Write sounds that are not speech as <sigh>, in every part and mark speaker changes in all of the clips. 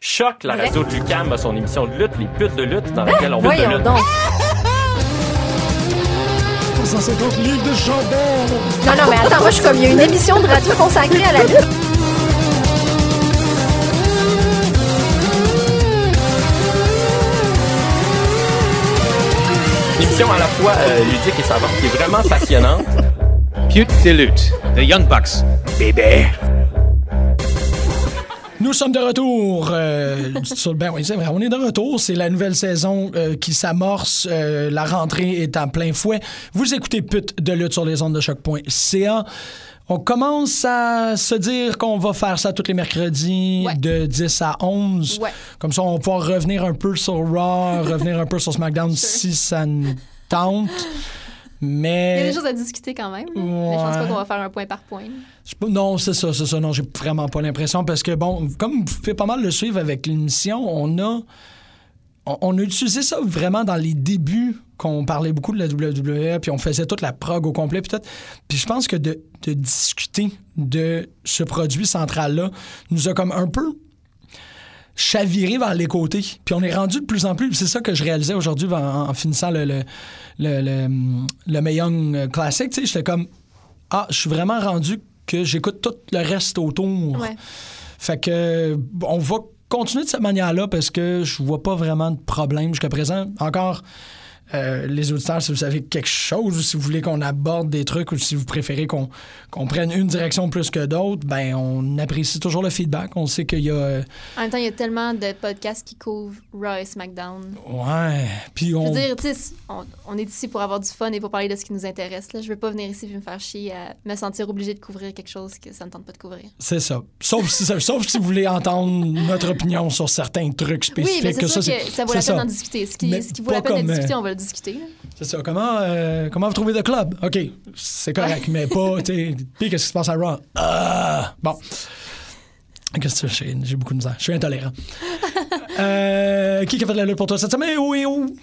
Speaker 1: Choc, la radio de Lucam a son émission de lutte, les putes de lutte, dans laquelle on va de
Speaker 2: Ben, Voyons
Speaker 1: lutte.
Speaker 2: donc.
Speaker 3: 350 livres de chandelle.
Speaker 2: Non, non, mais attends, moi, je suis comme, il y a une émission de radio consacrée à la lutte.
Speaker 1: Une émission à la fois euh, ludique et savante qui est vraiment
Speaker 4: <laughs>
Speaker 1: passionnante.
Speaker 4: Pute de lutte, The Young Bucks.
Speaker 3: Nous sommes de retour. euh, <laughs> sur- ben oui, c'est vrai, on est de retour. C'est la nouvelle saison euh, qui s'amorce. euh, la rentrée est en plein fouet. Vous écoutez Pute de lutte sur les ondes de choc.ca. On commence à se dire qu'on va faire ça tous les mercredis
Speaker 5: Ouais.
Speaker 3: de 10 à 11.
Speaker 5: Ouais.
Speaker 3: Comme ça, on va pouvoir revenir un peu sur Raw, revenir un peu sur SmackDown
Speaker 5: <laughs>
Speaker 3: si ça nous tente.
Speaker 5: Il y a
Speaker 3: Mais
Speaker 5: des choses à discuter quand même. là. Mais je pense
Speaker 3: Ouais.
Speaker 5: pas qu'on va faire un point par point.
Speaker 3: Je peux- Non, c'est ça, c'est ça. Non, j'ai vraiment pas l'impression parce que, bon, comme vous pouvez pas mal le suivre avec l'émission, on a. On, on a utilisé ça vraiment dans les débuts qu'on parlait beaucoup de la WWE, puis on faisait toute la prog au complet, puis tout. Puis je pense que de, de discuter de ce produit central-là nous a comme un peu chaviré vers les côtés. Puis on est rendu de plus en plus. puis C'est ça que je réalisais aujourd'hui en, en finissant le, le, le, le, le Mae Young Classic. Tu sais, j'étais comme Ah, je suis vraiment rendu que j'écoute tout le reste autour.
Speaker 5: Ouais.
Speaker 3: Fait que euh, on va continuer de cette manière-là parce que je vois pas vraiment de problème jusqu'à présent. Encore. euh, les auditeurs, si vous savez quelque chose ou si vous voulez qu'on aborde des trucs ou si vous préférez qu'on qu'on prenne une direction plus que d'autres, ben on apprécie toujours le feedback. On sait qu'il y a euh,
Speaker 5: En même temps, il y a tellement de podcasts qui couvrent Raw et SmackDown.
Speaker 3: Ouais. Puis
Speaker 5: Je
Speaker 3: on.
Speaker 5: veux dire, tu sais, on, on est ici pour avoir du fun et pour parler de ce qui nous intéresse. Là. Je veux pas venir ici et me faire chier à me sentir obligée de couvrir quelque chose que ça me tente pas de couvrir.
Speaker 3: C'est ça. Sauf si, sauf si vous voulez entendre notre opinion sur certains trucs
Speaker 5: Oui,
Speaker 3: spécifiques.
Speaker 5: mais c'est
Speaker 3: que
Speaker 5: sûr
Speaker 3: ça,
Speaker 5: que ça vaut
Speaker 3: c'est
Speaker 5: la
Speaker 3: ça.
Speaker 5: peine d'en discuter. Ce qui,
Speaker 3: Mais
Speaker 5: ce qui vaut la
Speaker 3: pas comme,
Speaker 5: peine de
Speaker 3: euh,
Speaker 5: discuter, on va le discuter. là.
Speaker 3: C'est ça. Comment, euh, comment vous trouvez The Club? OK, c'est correct, mais pas. t'sais, Puis qu'est-ce qui se passe à Raw? Ah! bon. Qu'est-ce que tu veux, j'ai- J'ai beaucoup de misère. Je suis
Speaker 5: <laughs>
Speaker 3: intolérant. Euh, qui a fait la lutte pour toi cette semaine? Oui, oui.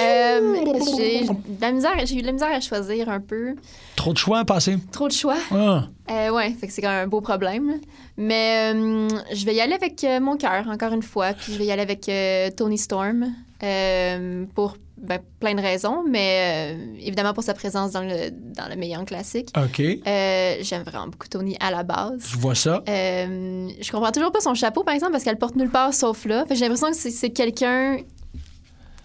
Speaker 5: Euh, j'ai de la misère- j'ai eu de la misère à choisir un peu.
Speaker 3: Trop de choix à passer.
Speaker 5: Trop de choix.
Speaker 3: Ah.
Speaker 5: Euh, ouais, fait que c'est quand même un beau problème. Mais euh, je vais y aller avec euh, mon cœur, encore une fois. Puis je vais y aller avec euh, Tony Storm euh, pour ben, plein de raisons, mais euh, évidemment pour sa présence dans le, dans le meilleur classique.
Speaker 3: OK,
Speaker 5: Euh, J'aime vraiment beaucoup Tony à la base.
Speaker 3: je vois ça.
Speaker 5: Euh, je comprends toujours pas son chapeau, par exemple, parce qu'elle le porte nulle part sauf là. Fait que J'ai l'impression que c'est- c'est quelqu'un,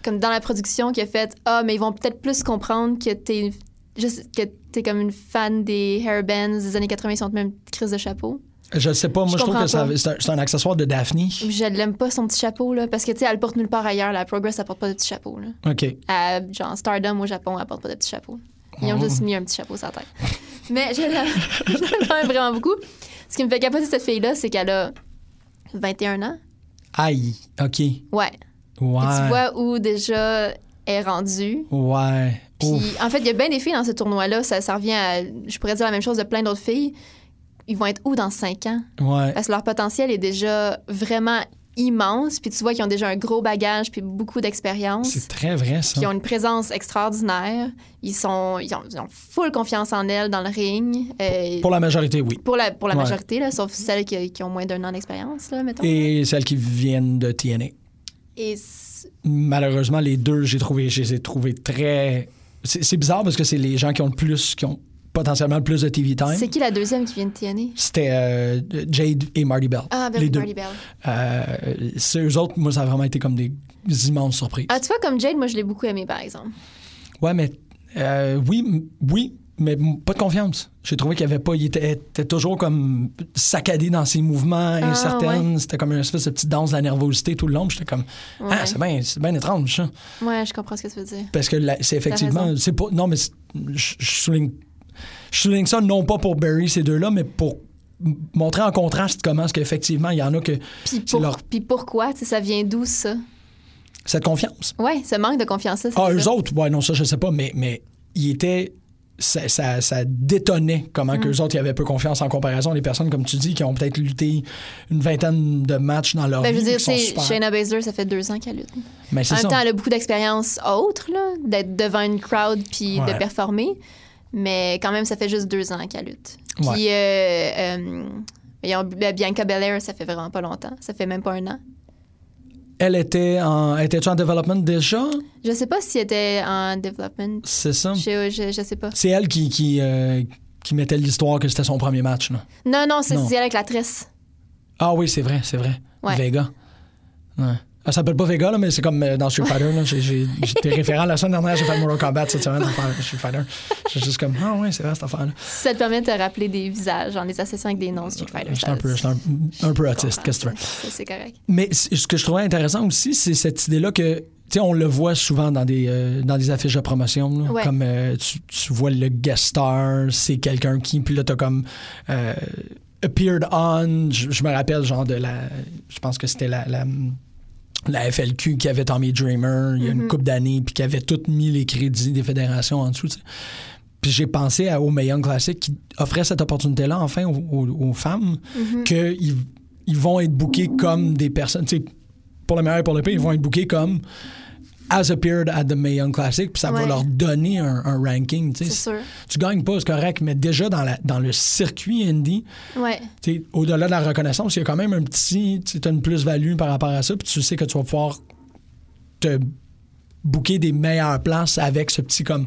Speaker 5: comme dans la production, qui a fait Ah, mais ils vont peut-être plus comprendre que t'es juste que t'es comme une fan des hairbands des années 80, ils sont même crise de chapeau.
Speaker 3: Je sais pas, moi je,
Speaker 5: je
Speaker 3: trouve
Speaker 5: comprends
Speaker 3: que ça-
Speaker 5: pas.
Speaker 3: c'est un, c'est un accessoire de Daphne.
Speaker 5: Je l'aime pas son petit chapeau, là, parce que tu sais, elle le porte nulle part ailleurs. La Progress, elle porte pas de petit chapeau. Là.
Speaker 3: OK.
Speaker 5: À, genre, Stardom au Japon, elle porte pas de petit chapeau. Ils ont
Speaker 3: Oh.
Speaker 5: juste mis un petit chapeau sur la tête. Mais je l'aime <laughs> je l'aime vraiment beaucoup. Ce qui me fait capoter cette fille-là, c'est qu'elle a 21 ans.
Speaker 3: Aïe. OK.
Speaker 5: Ouais.
Speaker 3: Ouais.
Speaker 5: Et tu vois où déjà est rendue.
Speaker 3: Ouais.
Speaker 5: Puis,
Speaker 3: Ouf.
Speaker 5: en fait, il y a bien des filles dans ce tournoi-là. Ça, ça revient à, je pourrais dire la même chose de plein d'autres filles. Ils vont être où dans cinq ans?
Speaker 3: Ouais.
Speaker 5: Parce que leur potentiel est déjà vraiment immense. Puis tu vois qu'ils ont déjà un gros bagage puis beaucoup d'expérience.
Speaker 3: C'est très vrai, ça.
Speaker 5: Puis ils ont une présence extraordinaire. Ils, sont, ils, ont, ils ont full confiance en elles dans le ring. Euh,
Speaker 3: Pour la majorité, oui.
Speaker 5: pour la, pour la
Speaker 3: Ouais.
Speaker 5: majorité, là, sauf celles qui, qui ont moins d'un an d'expérience, là, mettons.
Speaker 3: Et celles qui viennent de TNA.
Speaker 5: Et c-
Speaker 3: Malheureusement, les deux, j'ai trouvé, je les ai trouvés très. C'est c'est bizarre parce que c'est les gens qui ont le plus, qui ont potentiellement le plus de TV time.
Speaker 5: c'est qui la deuxième qui vient de TNA?
Speaker 3: C'était euh, Jade et Marty Bell.
Speaker 5: Ah,
Speaker 3: les
Speaker 5: Bernie
Speaker 3: deux.
Speaker 5: Marty Bell.
Speaker 3: Euh, c'est eux autres, moi, ça a vraiment été comme des immenses surprises.
Speaker 5: Ah, tu vois, comme Jade, moi, je l'ai beaucoup aimé, par exemple.
Speaker 3: Ouais, mais euh, oui, m- oui, mais m- pas de confiance. J'ai trouvé qu'il y avait pas, il était, elle était toujours comme saccadé dans ses mouvements
Speaker 5: Ah,
Speaker 3: incertaines. C'était comme une espèce de petite danse de la nervosité tout le long. Puis J'étais comme, ah,
Speaker 5: Ouais.
Speaker 3: c'est bien, c'est bien étrange ça.
Speaker 5: Ouais, je comprends ce que tu veux dire.
Speaker 3: Parce que la- c'est effectivement,
Speaker 5: raison.
Speaker 3: c'est pas, non, mais c'est- je je souligne, je souligne ça non pas pour Barry ces deux-là, mais pour m- montrer en contraste comment est-ce qu'effectivement il y en a que
Speaker 5: Puis,
Speaker 3: C'est
Speaker 5: pour-
Speaker 3: leur-
Speaker 5: puis pourquoi? Tu sais, ça vient d'où, ça?
Speaker 3: cette confiance.
Speaker 5: Ouais, ce manque de confiance-là. c'est
Speaker 3: Ah, eux
Speaker 5: ça.
Speaker 3: autres, ouais, non, ça, je sais pas, mais, mais ils étaient. Ça, ça, ça détonnait comment
Speaker 5: Mm.
Speaker 3: qu'eux autres, ils avaient peu confiance en comparaison des personnes, comme tu dis, qui ont peut-être lutté une vingtaine de matchs dans leur
Speaker 5: Ben, je
Speaker 3: vie.
Speaker 5: veux dire,
Speaker 3: qui
Speaker 5: tu
Speaker 3: sont
Speaker 5: sais,
Speaker 3: super.
Speaker 5: Shayna Baszler, ça fait deux ans qu'elle lutte.
Speaker 3: Mais
Speaker 5: En
Speaker 3: c'est
Speaker 5: même
Speaker 3: ça.
Speaker 5: temps, elle a beaucoup d'expérience autre, là, d'être devant une crowd puis
Speaker 3: Ouais.
Speaker 5: de performer. Mais quand même, ça fait juste deux ans qu'elle lutte. Puis, euh, euh, voyons, Bianca Belair, ça fait vraiment pas longtemps. Ça fait même pas un an.
Speaker 3: Elle était en. Était-tu en development déjà?
Speaker 5: Je sais pas si était en development.
Speaker 3: C'est ça.
Speaker 5: Je, je, je sais pas.
Speaker 3: C'est elle qui, qui, euh, qui mettait l'histoire que c'était son premier match. Là.
Speaker 5: Non, non, c'est
Speaker 3: Non.
Speaker 5: c'est avec l'actrice.
Speaker 3: Ah oui, c'est vrai, c'est vrai.
Speaker 5: Ouais.
Speaker 3: Vega. Ouais. Elle s'appelle pas Vega, là, mais c'est comme euh, dans Street Fighter. là. J'ai- j'ai- J'étais référent la semaine dernière, j'ai fait Mortal Kombat cette semaine pour faire Street Fighter. J'ai juste comme, ah ouais, c'est vrai cette affaire-là.
Speaker 5: Si ça te permet de te rappeler des visages, genre les assassins avec des noms Street Fighter.
Speaker 3: J'étais
Speaker 5: ça-
Speaker 3: un peu, j'étais un, un peu autiste, qu'est-ce que tu veux.
Speaker 5: Ça, c'est correct.
Speaker 3: Mais c- ce que je trouvais intéressant aussi, c'est cette idée-là que, tu sais, on le voit souvent dans des, euh, dans des affiches de promotion, là.
Speaker 5: Ouais.
Speaker 3: comme euh, tu, tu vois le guest star, c'est quelqu'un qui, puis là, t'as comme euh, appeared on, je je me rappelle, genre de la, je pense que c'était la, la, la FLQ qui avait Tommy Dreamer il y a une couple d'années, puis qui avait tout mis les crédits des fédérations en dessous, tu sais. Puis j'ai pensé à, au Mayon Classic qui offrait cette opportunité-là enfin aux, aux- aux femmes
Speaker 5: Mhm.
Speaker 3: qu'ils ils vont être bookés comme des personnes. tu sais, pour le meilleur et pour le pire, ils vont être bookés comme as appeared at the Mayon Classic, puis ça va
Speaker 5: Ouais.
Speaker 3: leur donner un, un ranking. tu sais.
Speaker 5: C'est sûr.
Speaker 3: Tu gagnes pas, c'est correct, mais déjà dans, la- dans le circuit indie,
Speaker 5: Ouais.
Speaker 3: tu sais, au-delà de la reconnaissance, il y a quand même un petit. Tu as une plus-value par rapport à ça, puis tu sais que tu vas pouvoir te booker des meilleures places avec ce petit comme.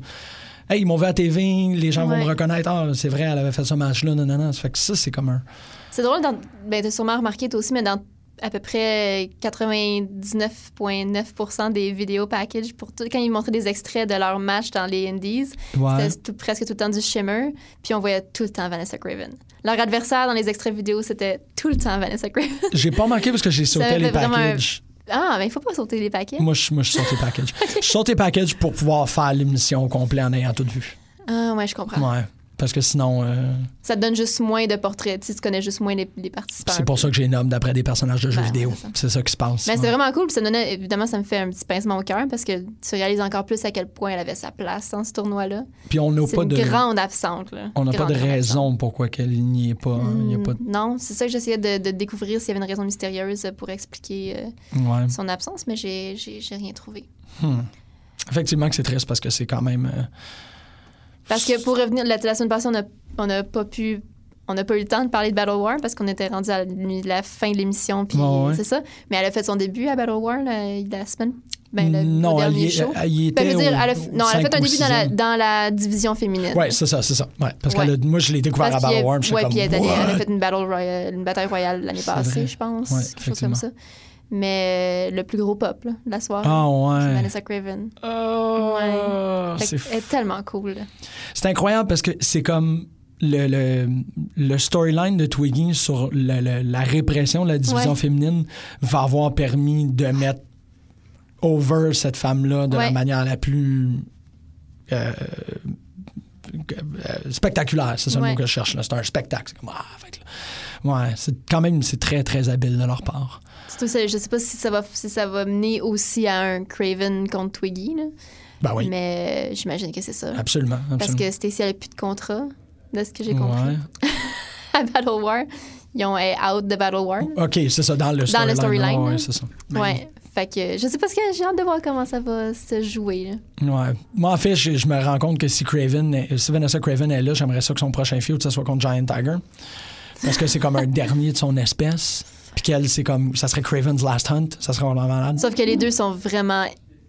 Speaker 3: Hey, ils m'ont vu à TV, les gens vont
Speaker 5: Ouais.
Speaker 3: me reconnaître. Ah, c'est vrai, elle avait fait ce match-là, non, non, non. Ça fait que ça, c'est comme un.
Speaker 5: C'est drôle, dans, ben, t'as sûrement remarqué toi aussi, mais dans à peu près 99,9% des vidéos packages, pour tout, quand ils montraient des extraits de leur match dans les Indies,
Speaker 3: Ouais.
Speaker 5: c'était tout- presque tout le temps du Shimmer, puis on voyait tout le temps Vanessa Craven. Leur adversaire dans les extraits vidéo, c'était tout le temps Vanessa Craven. <laughs>
Speaker 3: J'ai pas manqué parce que j'ai
Speaker 5: Ça
Speaker 3: sauté
Speaker 5: fait
Speaker 3: les
Speaker 5: vraiment un-
Speaker 3: packages.
Speaker 5: Ah, mais il faut pas sauter les paquets.
Speaker 3: Moi, je moi, je saute les
Speaker 5: <laughs>
Speaker 3: packages. Je saute les packages pour pouvoir faire l'émission au complet en ayant tout vu.
Speaker 5: Ah, ouais, je comprends.
Speaker 3: Ouais. Parce que sinon, euh,
Speaker 5: Ça te donne juste moins de portraits, si tu connais juste moins les, les participants.
Speaker 3: c'est pour ça que j'ai nomme d'après des personnages de jeux
Speaker 5: Ben,
Speaker 3: vidéo.
Speaker 5: c'est ça.
Speaker 3: C'est ça qui se passe.
Speaker 5: Mais
Speaker 3: Ouais.
Speaker 5: c'est vraiment cool. Puis ça me donnait, évidemment, ça me fait un petit pincement au cœur parce que tu réalises encore plus à quel point elle avait sa place dans ce tournoi-là.
Speaker 3: Puis on n'a
Speaker 5: C'est
Speaker 3: pas
Speaker 5: une
Speaker 3: de.
Speaker 5: grande absente. Là.
Speaker 3: On n'a pas
Speaker 5: Grande,
Speaker 3: de
Speaker 5: grande
Speaker 3: raison pourquoi qu'elle n'y est pas. hein.
Speaker 5: absente.
Speaker 3: Il y a pas de-
Speaker 5: Mm, Non, c'est ça que j'essayais de, de découvrir s'il y avait une raison mystérieuse pour expliquer euh,
Speaker 3: Ouais. Hmm.
Speaker 5: son absence, mais j'ai, j'ai, j'ai rien trouvé.
Speaker 3: Effectivement que c'est triste parce que c'est quand même... euh,
Speaker 5: Parce que pour revenir, la, la semaine passée, on n'a on n'a pas pu. On n'a pas eu le temps de parler de Battle War parce qu'on était rendu à la la fin de l'émission, puis
Speaker 3: Ouais, ouais.
Speaker 5: c'est ça. Mais elle a fait son début à Battle War la, la semaine. Ben, le, au
Speaker 3: non, elle
Speaker 5: dernier
Speaker 3: y,
Speaker 5: show.
Speaker 3: elle y
Speaker 5: Ben,
Speaker 3: était
Speaker 5: je veux dire,
Speaker 3: au-
Speaker 5: elle a,
Speaker 3: au
Speaker 5: non, elle a
Speaker 3: cinq
Speaker 5: fait un
Speaker 3: ou
Speaker 5: début dans la,
Speaker 3: sixième.
Speaker 5: dans la division féminine.
Speaker 3: Ouais, c'est ça, c'est ça. Ouais, parce
Speaker 5: Ouais.
Speaker 3: que moi, je l'ai découvert
Speaker 5: Parce
Speaker 3: à
Speaker 5: qu'il
Speaker 3: Battle
Speaker 5: y a-
Speaker 3: Worm.
Speaker 5: ouais,
Speaker 3: comme,
Speaker 5: puis elle, a- elle a
Speaker 3: What?
Speaker 5: fait une, battle royale, une bataille royale l'année
Speaker 3: C'est
Speaker 5: passée,
Speaker 3: vrai.
Speaker 5: je pense.
Speaker 3: Ouais,
Speaker 5: quelque chose comme ça. Mais euh, le plus gros pop là, de la soirée,
Speaker 3: Ah
Speaker 5: c'est
Speaker 3: ouais.
Speaker 5: Vanessa Craven. Oh,
Speaker 3: Ah,
Speaker 5: Fait
Speaker 3: c'est
Speaker 5: que- elle est tellement cool.
Speaker 3: C'est incroyable parce que c'est comme le, le, le storyline de Twiggy sur le- le- la répression de la division
Speaker 5: Ouais.
Speaker 3: féminine va avoir permis de mettre over cette femme-là de la
Speaker 5: Ouais.
Speaker 3: manière la plus euh, euh, spectaculaire. C'est ça le
Speaker 5: Ouais.
Speaker 3: mot que je cherche. là. C'est un spectacle. C'est comme, ah, fait que là, ouais, c'est quand même c'est très, très habile de leur part.
Speaker 5: Surtout, ça- je sais pas si ça, va, si ça va mener aussi à un Craven contre Twiggy, là.
Speaker 3: Ben oui,
Speaker 5: mais euh, j'imagine que c'est ça.
Speaker 3: absolument.
Speaker 5: Parce
Speaker 3: absolument.
Speaker 5: que Stacy, elle a plus de contrat, de ce que j'ai compris.
Speaker 3: Ouais.
Speaker 5: <laughs> À Battle War, ils ont elle est out de Battle War.
Speaker 3: OK, c'est ça, dans le
Speaker 5: Dans
Speaker 3: storyline.
Speaker 5: le storyline,
Speaker 3: ouais,
Speaker 5: là.
Speaker 3: c'est ça. Ben,
Speaker 5: Ouais. Fait que je sais pas ce que j'ai hâte de voir comment ça va se jouer. là.
Speaker 3: Ouais. Moi, en fait, je, je me rends compte que si Craven, est- si Vanessa Craven est là, j'aimerais ça que son prochain feud, ça soit contre Giant Tiger. Parce que c'est comme
Speaker 5: <laughs>
Speaker 3: un dernier de son espèce. Puis qu'elle, c'est comme. Ça serait Craven's Last Hunt. Ça serait vraiment malade.
Speaker 5: Sauf que les deux sont vraiment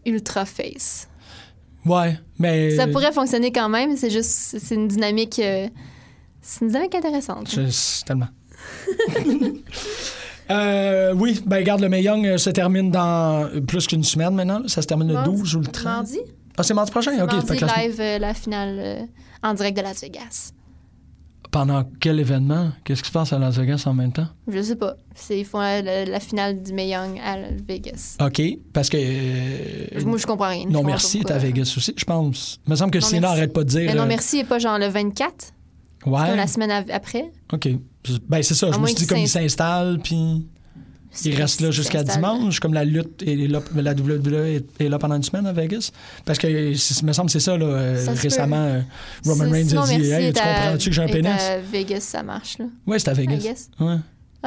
Speaker 5: ultra face.
Speaker 3: Ouais. Mais.
Speaker 5: Ça pourrait fonctionner quand même, c'est juste c'est une dynamique euh, c'est une dynamique intéressante.
Speaker 3: Je- c'est tellement. <laughs> Euh, oui, ben garde le Mae Young euh, se termine dans plus qu'une semaine maintenant. là. Ça se termine le
Speaker 5: Mardi-
Speaker 3: 12 ou le 13.
Speaker 5: Mardi?
Speaker 3: Ah, c'est mardi prochain? OK. fait
Speaker 5: Mardi
Speaker 3: que la semaine-
Speaker 5: live euh, la finale euh, en direct de Las Vegas.
Speaker 3: Pendant quel événement? Qu'est-ce qui se passe à Las Vegas en même temps?
Speaker 5: Je sais pas. C'est- Ils font la, la- la finale du Mae Young à Las Vegas.
Speaker 3: OK. Parce que. euh,
Speaker 5: Moi, je comprends rien. Je
Speaker 3: Non,
Speaker 5: comprends
Speaker 3: merci
Speaker 5: pas
Speaker 3: est à
Speaker 5: pourquoi.
Speaker 3: Vegas aussi, je pense. Il me semble que
Speaker 5: euh, Non,
Speaker 3: Sina
Speaker 5: merci.
Speaker 3: arrête pas de dire.
Speaker 5: Mais non,
Speaker 3: euh, Hein?
Speaker 5: merci, et pas genre le 24, comme
Speaker 3: Ouais.
Speaker 5: la semaine av- après.
Speaker 3: OK. Ben, c'est ça.
Speaker 5: À
Speaker 3: Je me
Speaker 5: moins
Speaker 3: suis dit,
Speaker 5: qu'il
Speaker 3: comme il
Speaker 5: s'in-
Speaker 3: s'installe, puis il reste là jusqu'à
Speaker 5: s'installe.
Speaker 3: dimanche, comme la lutte est là, la WWE est- est là pendant une semaine à Vegas. Parce que, il me semble, que c'est ça, là, euh,
Speaker 5: Ça se peut.
Speaker 3: récemment, euh, Roman
Speaker 5: Si-
Speaker 3: Reigns
Speaker 5: sinon,
Speaker 3: a dit
Speaker 5: merci
Speaker 3: Hey,
Speaker 5: est
Speaker 3: tu
Speaker 5: à-
Speaker 3: comprends-tu que j'ai un
Speaker 5: est
Speaker 3: pénis
Speaker 5: à Vegas, ça marche, là.
Speaker 3: Ouais, c'est à
Speaker 5: I
Speaker 3: Vegas.
Speaker 5: guess.
Speaker 3: Ouais.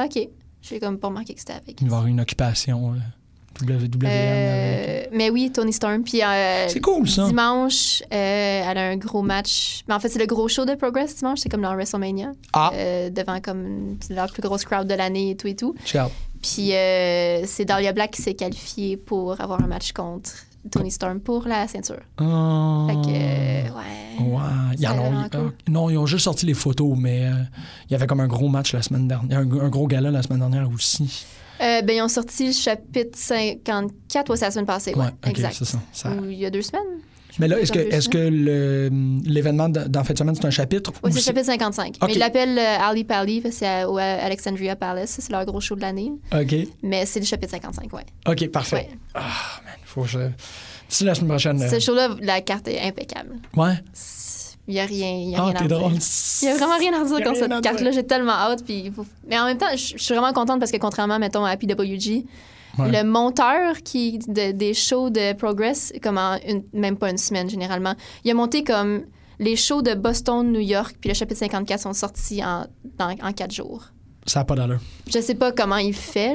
Speaker 5: OK. J'ai comme pas remarqué que c'était à Vegas.
Speaker 3: Il va y avoir une occupation euh, WWN. avec-
Speaker 5: Euh, mais oui, Tony Storm. Puis euh,
Speaker 3: C'est cool, ça.
Speaker 5: dimanche, euh, elle a un gros match. Mais en fait, c'est le gros show de Progress dimanche. C'est comme dans WrestleMania.
Speaker 3: Ah,
Speaker 5: euh, devant comme leur plus grosse crowd de l'année et tout et tout.
Speaker 3: ciao.
Speaker 5: Puis euh, c'est Dahlia Black qui s'est qualifiée pour avoir un match contre Tony Storm pour la ceinture.
Speaker 3: Ah.
Speaker 5: Fait que, euh, ouais.
Speaker 3: Ouais, ils en
Speaker 5: Ça a
Speaker 3: ont-
Speaker 5: l'air cool.
Speaker 3: ah, non, ils ont juste sorti les photos, mais euh, il y avait comme un gros match la semaine dernière, un, un gros gala la semaine dernière aussi.
Speaker 5: Euh, ben, ils ont sorti le chapitre 54, ouais, c'est la semaine passée. Ouais,
Speaker 3: Ouais, ok,
Speaker 5: exact.
Speaker 3: c'est
Speaker 5: Mm.
Speaker 3: ça. ça-
Speaker 5: Ou il y a deux semaines.
Speaker 3: Mais là, est-ce que,
Speaker 5: Dans deux
Speaker 3: est que le- mm, l'événement d- d'en fin de semaine, c'est un chapitre?
Speaker 5: Oui,
Speaker 3: ou
Speaker 5: c'est le
Speaker 3: c'est-
Speaker 5: chapitre 55.
Speaker 3: Ok.
Speaker 5: Mais ils l'appellent euh, Ali Pali, parce que c'est au euh, Alexandria Palace. Ça, C'est leur gros show de l'année.
Speaker 3: OK,
Speaker 5: Mais c'est le chapitre 55, ouais.
Speaker 3: OK, parfait. Ah,
Speaker 5: ouais.
Speaker 3: Faut que je... D'ici la semaine prochaine. euh,
Speaker 5: Ce show-là, la carte est impeccable.
Speaker 3: Ouais.
Speaker 5: Il n'y a rien, il y a
Speaker 3: Ah,
Speaker 5: rien à
Speaker 3: t'es
Speaker 5: dire.
Speaker 3: drôle.
Speaker 5: Il n'y a vraiment rien à
Speaker 3: Y a
Speaker 5: dire contre
Speaker 3: rien à
Speaker 5: cette carte-là. J'ai tellement hâte. Puis... il faut- Mais en même temps, je je suis vraiment contente parce que contrairement, mettons, à PWG,
Speaker 3: Ouais.
Speaker 5: le monteur qui, de- des shows de Progress, comme en une- même pas une semaine généralement, il a monté comme les shows de Boston, New York, puis le chapitre 54 sont sortis en, dans- en quatre jours.
Speaker 3: Ça n'a pas d'allure.
Speaker 5: Je sais pas comment il fait.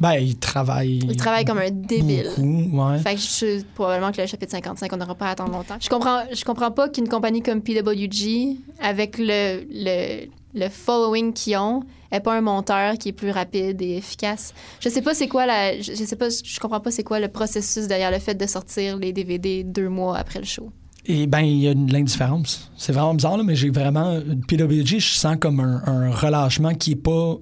Speaker 3: Ben, il travaille.
Speaker 5: Il travaille comme un débile.
Speaker 3: Beaucoup, ouais.
Speaker 5: Fait que je suis probablement que le chapitre 55, on n'aura pas à attendre longtemps. Je comprends, je comprends pas qu'une compagnie comme PWG, avec le, le, le following qu'ils ont, ait pas un monteur qui est plus rapide et efficace. Je sais pas c'est quoi la, je, je sais pas, je comprends pas c'est quoi le processus derrière le fait de sortir les DVD deux mois après le show.
Speaker 3: Et ben, il y a de l'indifférence. C'est vraiment bizarre, là, mais j'ai vraiment. PWG, je sens comme un, un relâchement qui est pas.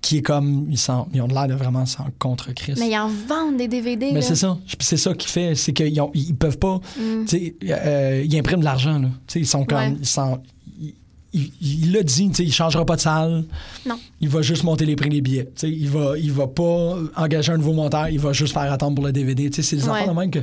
Speaker 3: qui est comme. Ils, s'en- ils ont l'air de vraiment s'en contre-Christ.
Speaker 5: Mais ils en vendent des DVD.
Speaker 3: Mais
Speaker 5: là.
Speaker 3: c'est ça. Puis C'est ça qui fait. C'est qu'ils ont- ils peuvent pas.
Speaker 5: Mm.
Speaker 3: tu sais, euh, ils impriment de l'argent, là. Tu sais, ils sont comme.
Speaker 5: Ouais.
Speaker 3: Ils sont, il- il il l'a dit, tu sais, il changera pas de salle.
Speaker 5: Non.
Speaker 3: Il va juste monter les prix des billets. Tu sais, il va, il va pas engager un nouveau monteur, il va juste faire attendre pour le DVD. Tu sais, c'est des
Speaker 5: Ouais.
Speaker 3: enfants de même que.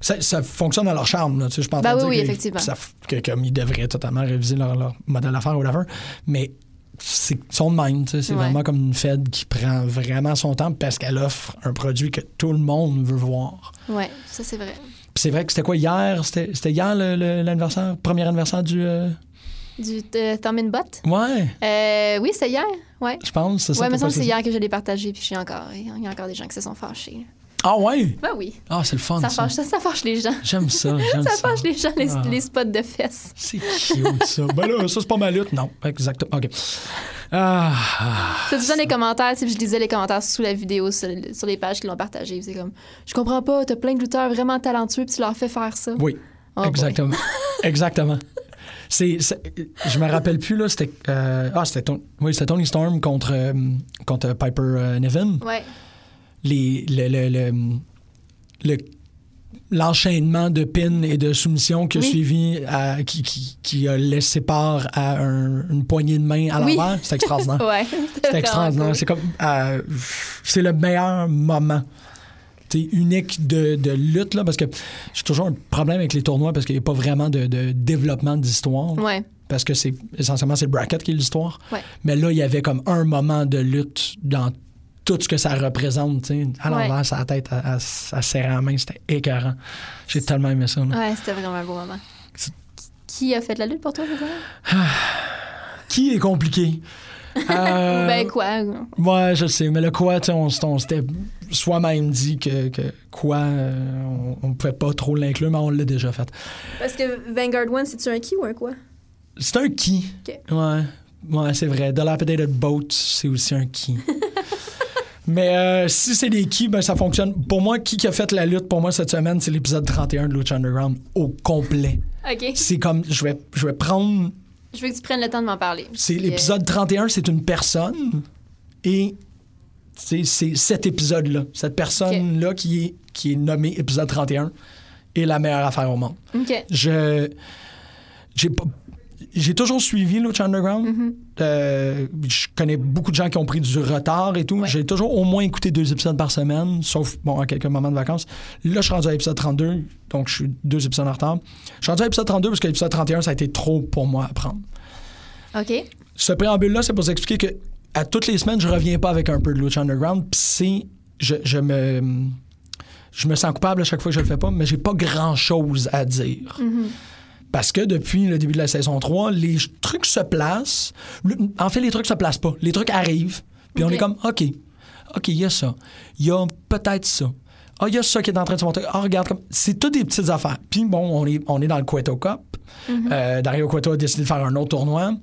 Speaker 3: Ça, ça fonctionne à leur charme, là. Tu sais, je pense
Speaker 5: Bah oui,
Speaker 3: dire
Speaker 5: oui,
Speaker 3: que-
Speaker 5: effectivement.
Speaker 3: ça f- que, comme ils devraient totalement réviser leur, leur modèle d'affaires ou whatever. Mais c'est ils sont de même, tu sais. C'est
Speaker 5: Ouais.
Speaker 3: vraiment comme une Fed qui prend vraiment son temps parce qu'elle offre un produit que tout le monde veut voir.
Speaker 5: Ouais, ça c'est vrai.
Speaker 3: Puis c'est vrai que c'était quoi hier? C'était c'était hier le- le- l'anniversaire, premier anniversaire du. euh,
Speaker 5: Du euh, Thumb and Butt.
Speaker 3: Ouais,
Speaker 5: Euh, oui, c'est hier. Ouais.
Speaker 3: je pense. c'est ça,
Speaker 5: Ouais,
Speaker 3: t'as
Speaker 5: mais
Speaker 3: pas
Speaker 5: c'est
Speaker 3: fait
Speaker 5: hier que je l'ai partagé, puis je suis encore, il y a encore des gens qui se sont fâchés.
Speaker 3: ça? Ah ouais!
Speaker 5: Bah oui.
Speaker 3: Ah, c'est le fun.
Speaker 5: Ça
Speaker 3: ça.
Speaker 5: fâche, ça, ça fâche les gens.
Speaker 3: J'aime ça, j'aime
Speaker 5: <laughs> Ça
Speaker 3: ça.
Speaker 5: fâche les gens, les,
Speaker 3: Ah.
Speaker 5: les spots de fesses.
Speaker 3: C'est cute, ça. ben là, ça, c'est pas ma lutte. Non, exactement. OK. Ah, ah.
Speaker 5: C'est tout dans les commentaires, tu sais, puis je lisais les commentaires sous la vidéo, sur, sur les pages qui l'ont partagé. puis C'est comme, je comprends pas, t'as plein de lutteurs vraiment talentueux, puis tu leur fais faire ça.
Speaker 3: oui,
Speaker 5: Oh boy. <laughs>
Speaker 3: exactement. exactement. C'est, c'est- je me rappelle plus, là, c'était... euh, ah, c'était, Ton- oui, c'était Tony Storm contre, euh, contre Piper euh, Niven.
Speaker 5: Ouais.
Speaker 3: les, le, le- le- le- l'enchaînement de pins et de soumissions qui a
Speaker 5: Oui.
Speaker 3: suivi, à- qui, qui, qui a laissé part à un- une poignée de main à
Speaker 5: Oui.
Speaker 3: l'envers, c'est extraordinaire.
Speaker 5: <laughs> Ouais.
Speaker 3: C'est Ah. extraordinaire. C'est comme. euh, c'est le meilleur moment. C'est unique de, de lutte, là, parce que j'ai toujours un problème avec les tournois parce qu'il n'y a pas vraiment de, de développement d'histoire.
Speaker 5: Ouais.
Speaker 3: Parce que c'est essentiellement c'est le bracket qui est l'histoire.
Speaker 5: Ouais.
Speaker 3: Mais là, il y avait comme un moment de lutte dans tout ce que ça représente. tu sais. À
Speaker 5: Ouais.
Speaker 3: l'envers, sa tête, à, à, à serrer la main, c'était écœurant. J'ai tellement aimé ça. là.
Speaker 5: Ouais, c'était vraiment un beau moment.
Speaker 3: C'est- Euh,
Speaker 5: Qui a fait de la lutte pour toi, Rosanna?
Speaker 3: Qui est compliqué?
Speaker 5: <laughs>
Speaker 3: Euh,
Speaker 5: Ben quoi?
Speaker 3: Ouais, je sais, mais le quoi, tu sais, on, s- on s'était soi-même dit que, que quoi, euh, on, on pouvait pas trop l'inclure, mais on l'a déjà fait.
Speaker 5: Parce que Vanguard One, c'est-tu un qui ou un quoi?
Speaker 3: C'est un qui.
Speaker 5: Ok.
Speaker 3: Ouais, ouais c'est vrai. Dilapidated Boat, c'est aussi un qui. mais euh, si c'est des qui, ben ça fonctionne. Pour moi, qui qui a fait la lutte pour moi cette semaine, c'est l'épisode 31 de Lucha Underground au complet.
Speaker 5: OK.
Speaker 3: C'est comme, je vais, je vais prendre
Speaker 5: Je veux que tu prennes le temps de m'en parler.
Speaker 3: C'est
Speaker 5: Puis, euh,
Speaker 3: l'épisode 31, c'est une personne et c'est c'est cet épisode-là, cette personne-là qui, est, qui est nommée épisode 31 est la meilleure affaire au monde.
Speaker 5: OK.
Speaker 3: Je j'ai pas- j'ai toujours suivi Lucha Underground. Euh, je connais beaucoup de gens qui ont pris du retard et tout.
Speaker 5: Ouais.
Speaker 3: J'ai toujours au moins écouté deux épisodes par semaine, sauf bon à quelques moments de vacances. Là, je suis rendu à l'épisode 32, donc je suis deux épisodes en retard. Je suis rendu à l'épisode 32 parce que l'épisode 31, ça a été trop pour moi à prendre
Speaker 5: OK.
Speaker 3: ce préambule-là, c'est pour vous expliquer que à toutes les semaines, je reviens pas avec un peu de Lucha Underground. Puis c'est. Je, je me. Je me sens coupable à chaque fois que je le fais pas, mais j'ai pas grand-chose à dire. Parce que depuis le début de la saison 3, les ch- trucs se placent. Le- en fait, les trucs se placent pas. Les trucs arrivent. Puis on
Speaker 5: Ok.
Speaker 3: est comme, OK. OK, il y a ça. Il y a peut-être ça. Ah, il y a ça qui est en train de se monter. Ah, regarde, comme... c'est toutes des petites affaires. Puis bon, on est, on est dans le Cueto Cup. Euh, Dario Cueto a décidé de faire un autre tournoi.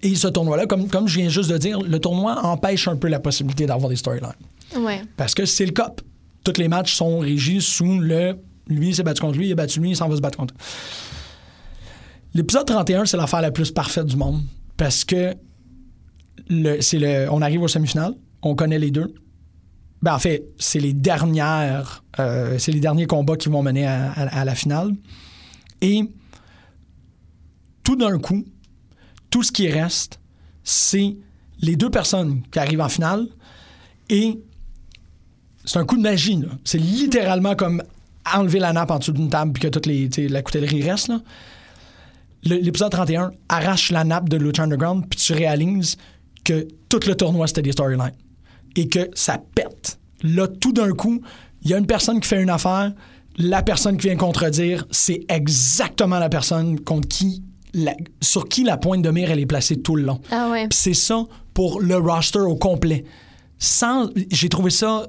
Speaker 3: Et ce tournoi-là, comme, comme je viens juste de dire, le tournoi empêche un peu la possibilité d'avoir des storylines.
Speaker 5: Ouais.
Speaker 3: Parce que c'est le COP. Tous les matchs sont régis sous le lui il s'est battu contre lui, il a battu lui, il s'en va se battre contre. L'épisode 31, c'est l'affaire la plus parfaite du monde. Parce que le, c'est le, on arrive au semi-finales, on connaît les deux. Ben, en fait, c'est les dernières, euh, c'est les derniers combats qui vont mener à, à- à la finale. Et tout d'un coup, tout ce qui reste, c'est les deux personnes qui arrivent en finale et c'est un coup de magie. là. C'est littéralement comme enlever la nappe en dessous d'une table puis que toute les, tu sais, la coutellerie reste. là. Le- L'épisode 31 arrache la nappe de Lucha Underground puis tu réalises que tout le tournoi, c'était des storylines et que ça pète. Là, tout d'un coup, il y a une personne qui fait une affaire, la personne qui vient contredire, c'est exactement la personne contre qui la- sur qui la pointe de mire, elle est placée tout le long.
Speaker 5: Ah ouais.
Speaker 3: Puis c'est ça pour le roster au complet. Sans, j'ai trouvé ça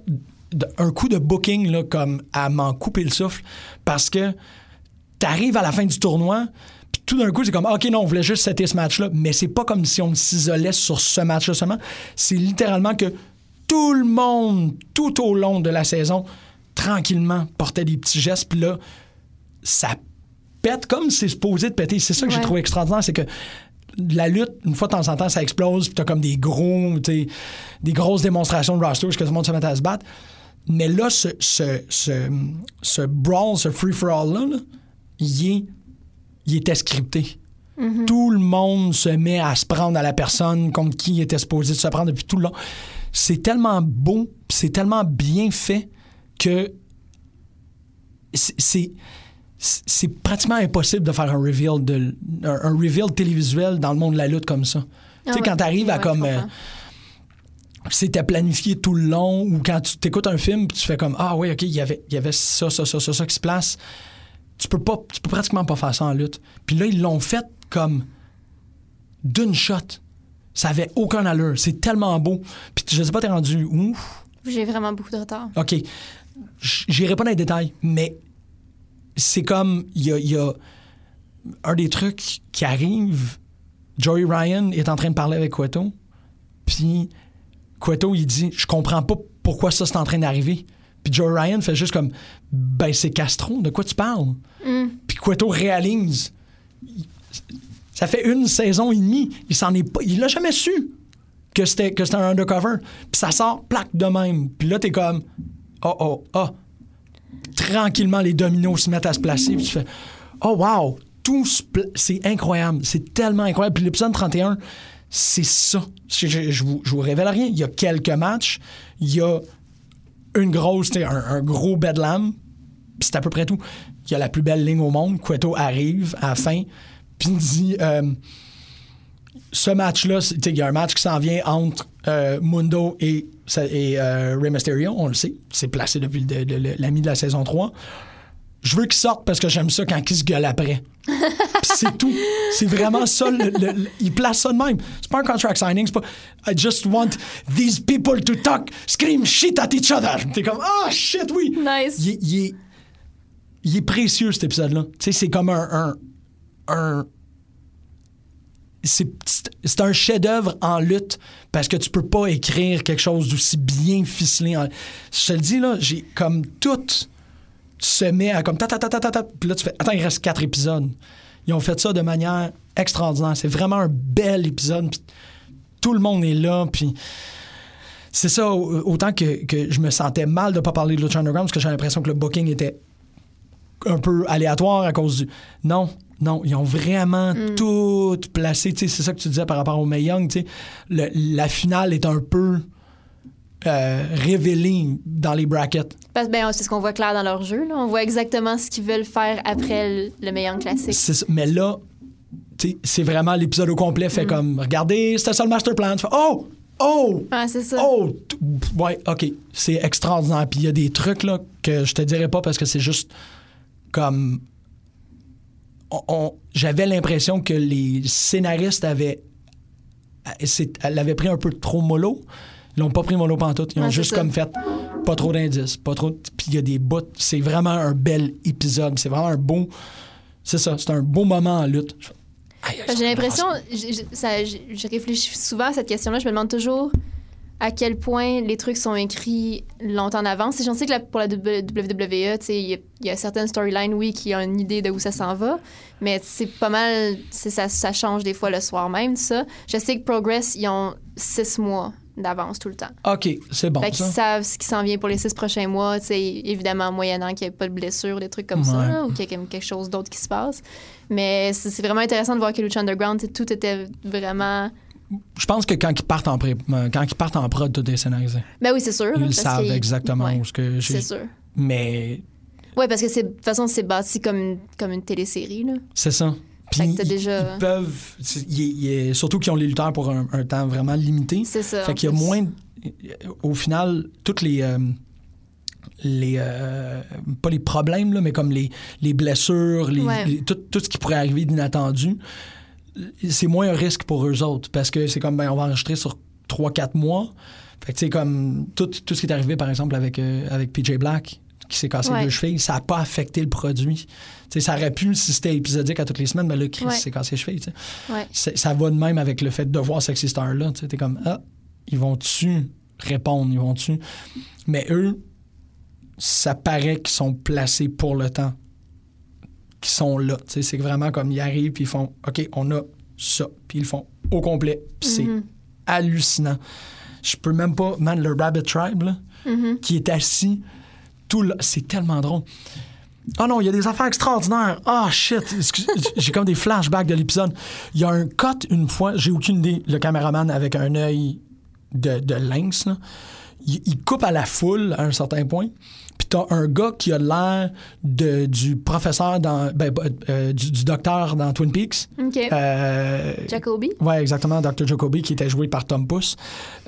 Speaker 3: d- un coup de booking là, comme à m'en couper le souffle parce que t'arrives à la fin du tournoi, puis tout d'un coup, c'est comme, OK, non, on voulait juste setter ce match-là, mais c'est pas comme si on s'isolait sur ce match-là seulement. C'est littéralement que tout le monde, tout au long de la saison, tranquillement, portait des petits gestes, puis là, ça pète comme c'est supposé de péter. C'est ça que j'ai
Speaker 5: Ouais.
Speaker 3: trouvé extraordinaire, c'est que la lutte, une fois de temps en temps, ça explose, puis t'as comme des gros, tu sais, des grosses démonstrations de roster, parce que tout le monde se met à se battre. Mais là, ce, ce, ce, ce brawl, ce free-for-all-là, là, il est, il était scripté.
Speaker 5: Mhm.
Speaker 3: Tout le monde se met à se prendre à la personne contre qui il était supposé de se prendre depuis tout le long. C'est tellement beau, puis c'est tellement bien fait que c'est- c'est c'est pratiquement impossible de faire un reveal de un, un reveal télévisuel dans le monde de la lutte comme ça. tu sais
Speaker 5: Ah ouais.
Speaker 3: quand t'arrives à
Speaker 5: Ouais, je
Speaker 3: comme
Speaker 5: comprends.
Speaker 3: euh, c'était planifié tout le long ou quand tu t'écoutes un film puis tu fais comme ah oui OK, il y avait il y avait ça ça ça ça ça qui se place. Tu peux pas tu peux pratiquement pas faire ça en lutte. Puis là ils l'ont fait comme d'une shot. Ça avait aucun allure, c'est tellement beau. Puis je sais pas t'es rendu où
Speaker 5: J'ai vraiment beaucoup de retard.
Speaker 3: OK. J- J'irai pas dans les détails, mais c'est comme il y a, il y a un des trucs qui arrive. Joey Ryan est en train de parler avec Cueto, puis Cueto il dit je comprends pas pourquoi ça c'est en train d'arriver. Puis Joey Ryan fait juste comme ben c'est Castro, de quoi tu parles Puis Cueto réalise il- ça fait une saison et demie, il s'en est pas il l'a jamais su que c'était que c'était un undercover. Puis ça sort plaque de même. Puis là, t'es comme oh oh oh. Tranquillement, les dominos se mettent à se placer. Puis tu fais oh wow, tout se pla- c'est incroyable, c'est tellement incroyable. Puis l'épisode 31, c'est ça. Je, je- je vous, je vous révèle rien. Il y a quelques matchs, il y a une grosse, tu sais, un, un gros bedlam, puis c'est à peu près tout. Il y a la plus belle ligne au monde. Cueto arrive à la fin, puis il dit euh, ce match-là, c'est- tu sais, il y a un match qui s'en vient entre euh, Mundo et, ça- et euh, Rey Mysterio, on le sait. C'est placé depuis le- le- le- la mi de la saison 3. Je veux qu'il sorte parce que j'aime ça quand il se gueule après. Puis c'est tout. C'est vraiment ça. le- le- le- il place ça de même. C'est pas un contract signing. C'est pas I just want these people to talk, scream shit at each other. T'es comme Ah shit, oui.
Speaker 5: Nice.
Speaker 3: Il est- il est, il est précieux cet épisode-là. Tu sais, c'est comme un- un- un c'est c'est un chef-d'œuvre en lutte parce que tu peux pas écrire quelque chose d'aussi bien ficelé. en- Je te le dis là, j'ai comme tout se met à comme ta ta ta ta ta ta. Puis là tu fais attends il reste quatre épisodes. Ils ont fait ça de manière extraordinaire. C'est vraiment un bel épisode. Puis tout le monde est là. Puis c'est ça au- autant que, que je me sentais mal de pas parler de Lucha Underground parce que j'ai l'impression que le booking était un peu aléatoire à cause du. Non, non, ils ont vraiment tout placé. Tu sais, c'est ça que tu disais par rapport au Mae Young. tu sais. Le- la finale est un peu euh, révélée dans les brackets.
Speaker 5: Parce, ben, c'est ce qu'on voit clair dans leur jeu. Là. On voit exactement ce qu'ils veulent faire après le, le meilleur classique.
Speaker 3: C'est ça. Mais là, tu sais, c'est vraiment l'épisode au complet fait comme regardez, c'était ça le master plan. Tu fais, oh! Oh!
Speaker 5: Ouais, c'est ça.
Speaker 3: Oh! t- Ouais, OK. C'est extraordinaire. Puis il y a des trucs là, que je te dirai pas parce que c'est juste comme. on- on- J'avais l'impression que les scénaristes avaient. c'est- l'avaient pris un peu trop mollo. Ils l'ont pas pris mollo pantoute. Ils ont
Speaker 5: Ouais, c'est
Speaker 3: juste
Speaker 5: ça.
Speaker 3: comme fait pas trop d'indices, pas trop. de- Puis il y a des bouts. C'est vraiment un bel épisode. C'est vraiment un beau. C'est ça, c'est un beau moment en lutte. Je fais, aïe, aïe,
Speaker 5: Parce que
Speaker 3: ça
Speaker 5: J'ai
Speaker 3: me
Speaker 5: l'impression, j'ai- j'ai- ça- j'ai- je réfléchis souvent à cette question-là. Je me demande toujours à quel point les trucs sont écrits longtemps en avance. Et j'en sais que la- pour la WWE, E, tu sais, il y, a- il y a certaines storylines, oui, qui ont une idée de où ça s'en va, mais c'est pas mal, c'est- ça, ça change des fois le soir même, ça. Je sais que Progress, ils ont six mois d'avance tout le temps.
Speaker 3: OK, c'est bon.
Speaker 5: fait qu'ils
Speaker 3: ça.
Speaker 5: savent ce qui s'en vient pour les six prochains mois, tu sais, évidemment, moyennant qu'il n'y ait pas de blessure, des trucs comme
Speaker 3: Ouais.
Speaker 5: ça, là, ou qu'il y ait comme quelque chose d'autre qui se passe. Mais c'est c'est vraiment intéressant de voir que Lucha Underground, tu sais, tout était vraiment.
Speaker 3: Je pense que quand ils partent en, pré- euh, quand ils partent en prod, tout est scénarisé.
Speaker 5: Ben oui, c'est sûr.
Speaker 3: Ils
Speaker 5: là,
Speaker 3: le
Speaker 5: parce
Speaker 3: savent
Speaker 5: qu'il-
Speaker 3: exactement
Speaker 5: Ouais,
Speaker 3: où ce que j'ai-
Speaker 5: c'est sûr.
Speaker 3: Mais
Speaker 5: Oui, parce que c'est- de toute façon, c'est bâti comme une, comme une télésérie. Là.
Speaker 3: c'est ça.
Speaker 5: Fait
Speaker 3: Puis
Speaker 5: que t'as
Speaker 3: ils,
Speaker 5: déjà-
Speaker 3: ils peuvent. c'est- il- il- surtout qu'ils ont les lutteurs pour un, un temps vraiment limité.
Speaker 5: C'est ça.
Speaker 3: Fait
Speaker 5: en
Speaker 3: qu'il y a
Speaker 5: plus.
Speaker 3: moins. de- Au final, toutes les. euh, les euh, pas les problèmes, là, mais comme les, les blessures, les-
Speaker 5: Ouais.
Speaker 3: les- tout, tout ce qui pourrait arriver d'inattendu, c'est moins un risque pour eux autres parce que c'est comme ben, on va enregistrer sur 3-4 mois. Fait que tu sais, comme tout, tout ce qui est arrivé, par exemple, avec, euh, avec PJ Black qui s'est cassé
Speaker 5: Ouais.
Speaker 3: deux chevilles, ça n'a pas affecté le produit. Tu sais, ça aurait pu, si c'était épisodique à toutes les semaines, mais là, Chris
Speaker 5: Ouais.
Speaker 3: s'est cassé les chevilles. tu sais.
Speaker 5: Ouais.
Speaker 3: C'est- ça va de même avec le fait de voir Sexy Star là. Tu sais, t'es comme, ah, ils vont-tu répondre, ils vont-tu. Mais eux, ça paraît qu'ils sont placés pour le temps, qu'ils sont là. Tu sais, c'est vraiment comme ils arrivent puis ils font, OK, on a ça. Puis ils le font au complet. Puis c'est
Speaker 5: Mhm.
Speaker 3: hallucinant. Je peux même pas. Man, le Rabbit Tribe, là,
Speaker 5: Mhm.
Speaker 3: qui est assis tout le. C'est tellement drôle. Oh non, il y a des affaires extraordinaires. Ah shit, excuse- <laughs> j'ai comme des flashbacks de l'épisode. Il y a un cut une fois, j'ai aucune idée, le caméraman avec un œil de, de lynx, là. Il, il coupe à la foule à un certain point. Puis t'as un gars qui a l'air de- du professeur dans. ben, euh, du, du docteur dans Twin Peaks.
Speaker 5: OK.
Speaker 3: Euh,
Speaker 5: Jacoby.
Speaker 3: Ouais, exactement. Dr. Jacoby, qui était joué par Tom Pouce,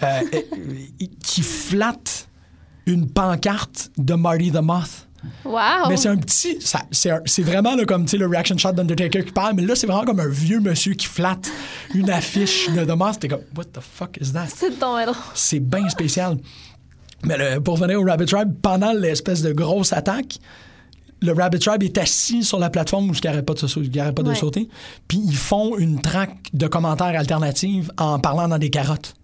Speaker 3: euh, <laughs> euh, qui flatte une pancarte de Marty the Moth.
Speaker 5: Wow.
Speaker 3: Mais c'est un petit. ça- C'est un- c'est vraiment là, comme tu sais, le reaction shot d'Undertaker qui parle, mais là, c'est vraiment comme un vieux monsieur qui flatte une affiche de The Moth. T'es comme, what the fuck is that?
Speaker 5: C'est ton drôle.
Speaker 3: C'est bien spécial. Mais le- pour venir au Rabbit Tribe, pendant l'espèce de grosse attaque, le Rabbit Tribe est assis sur la plateforme où il n'arrête pas de, se sau- il arrête pas de
Speaker 5: Ouais.
Speaker 3: sauter. Puis ils font une traque de commentaires alternatifs en parlant dans des carottes.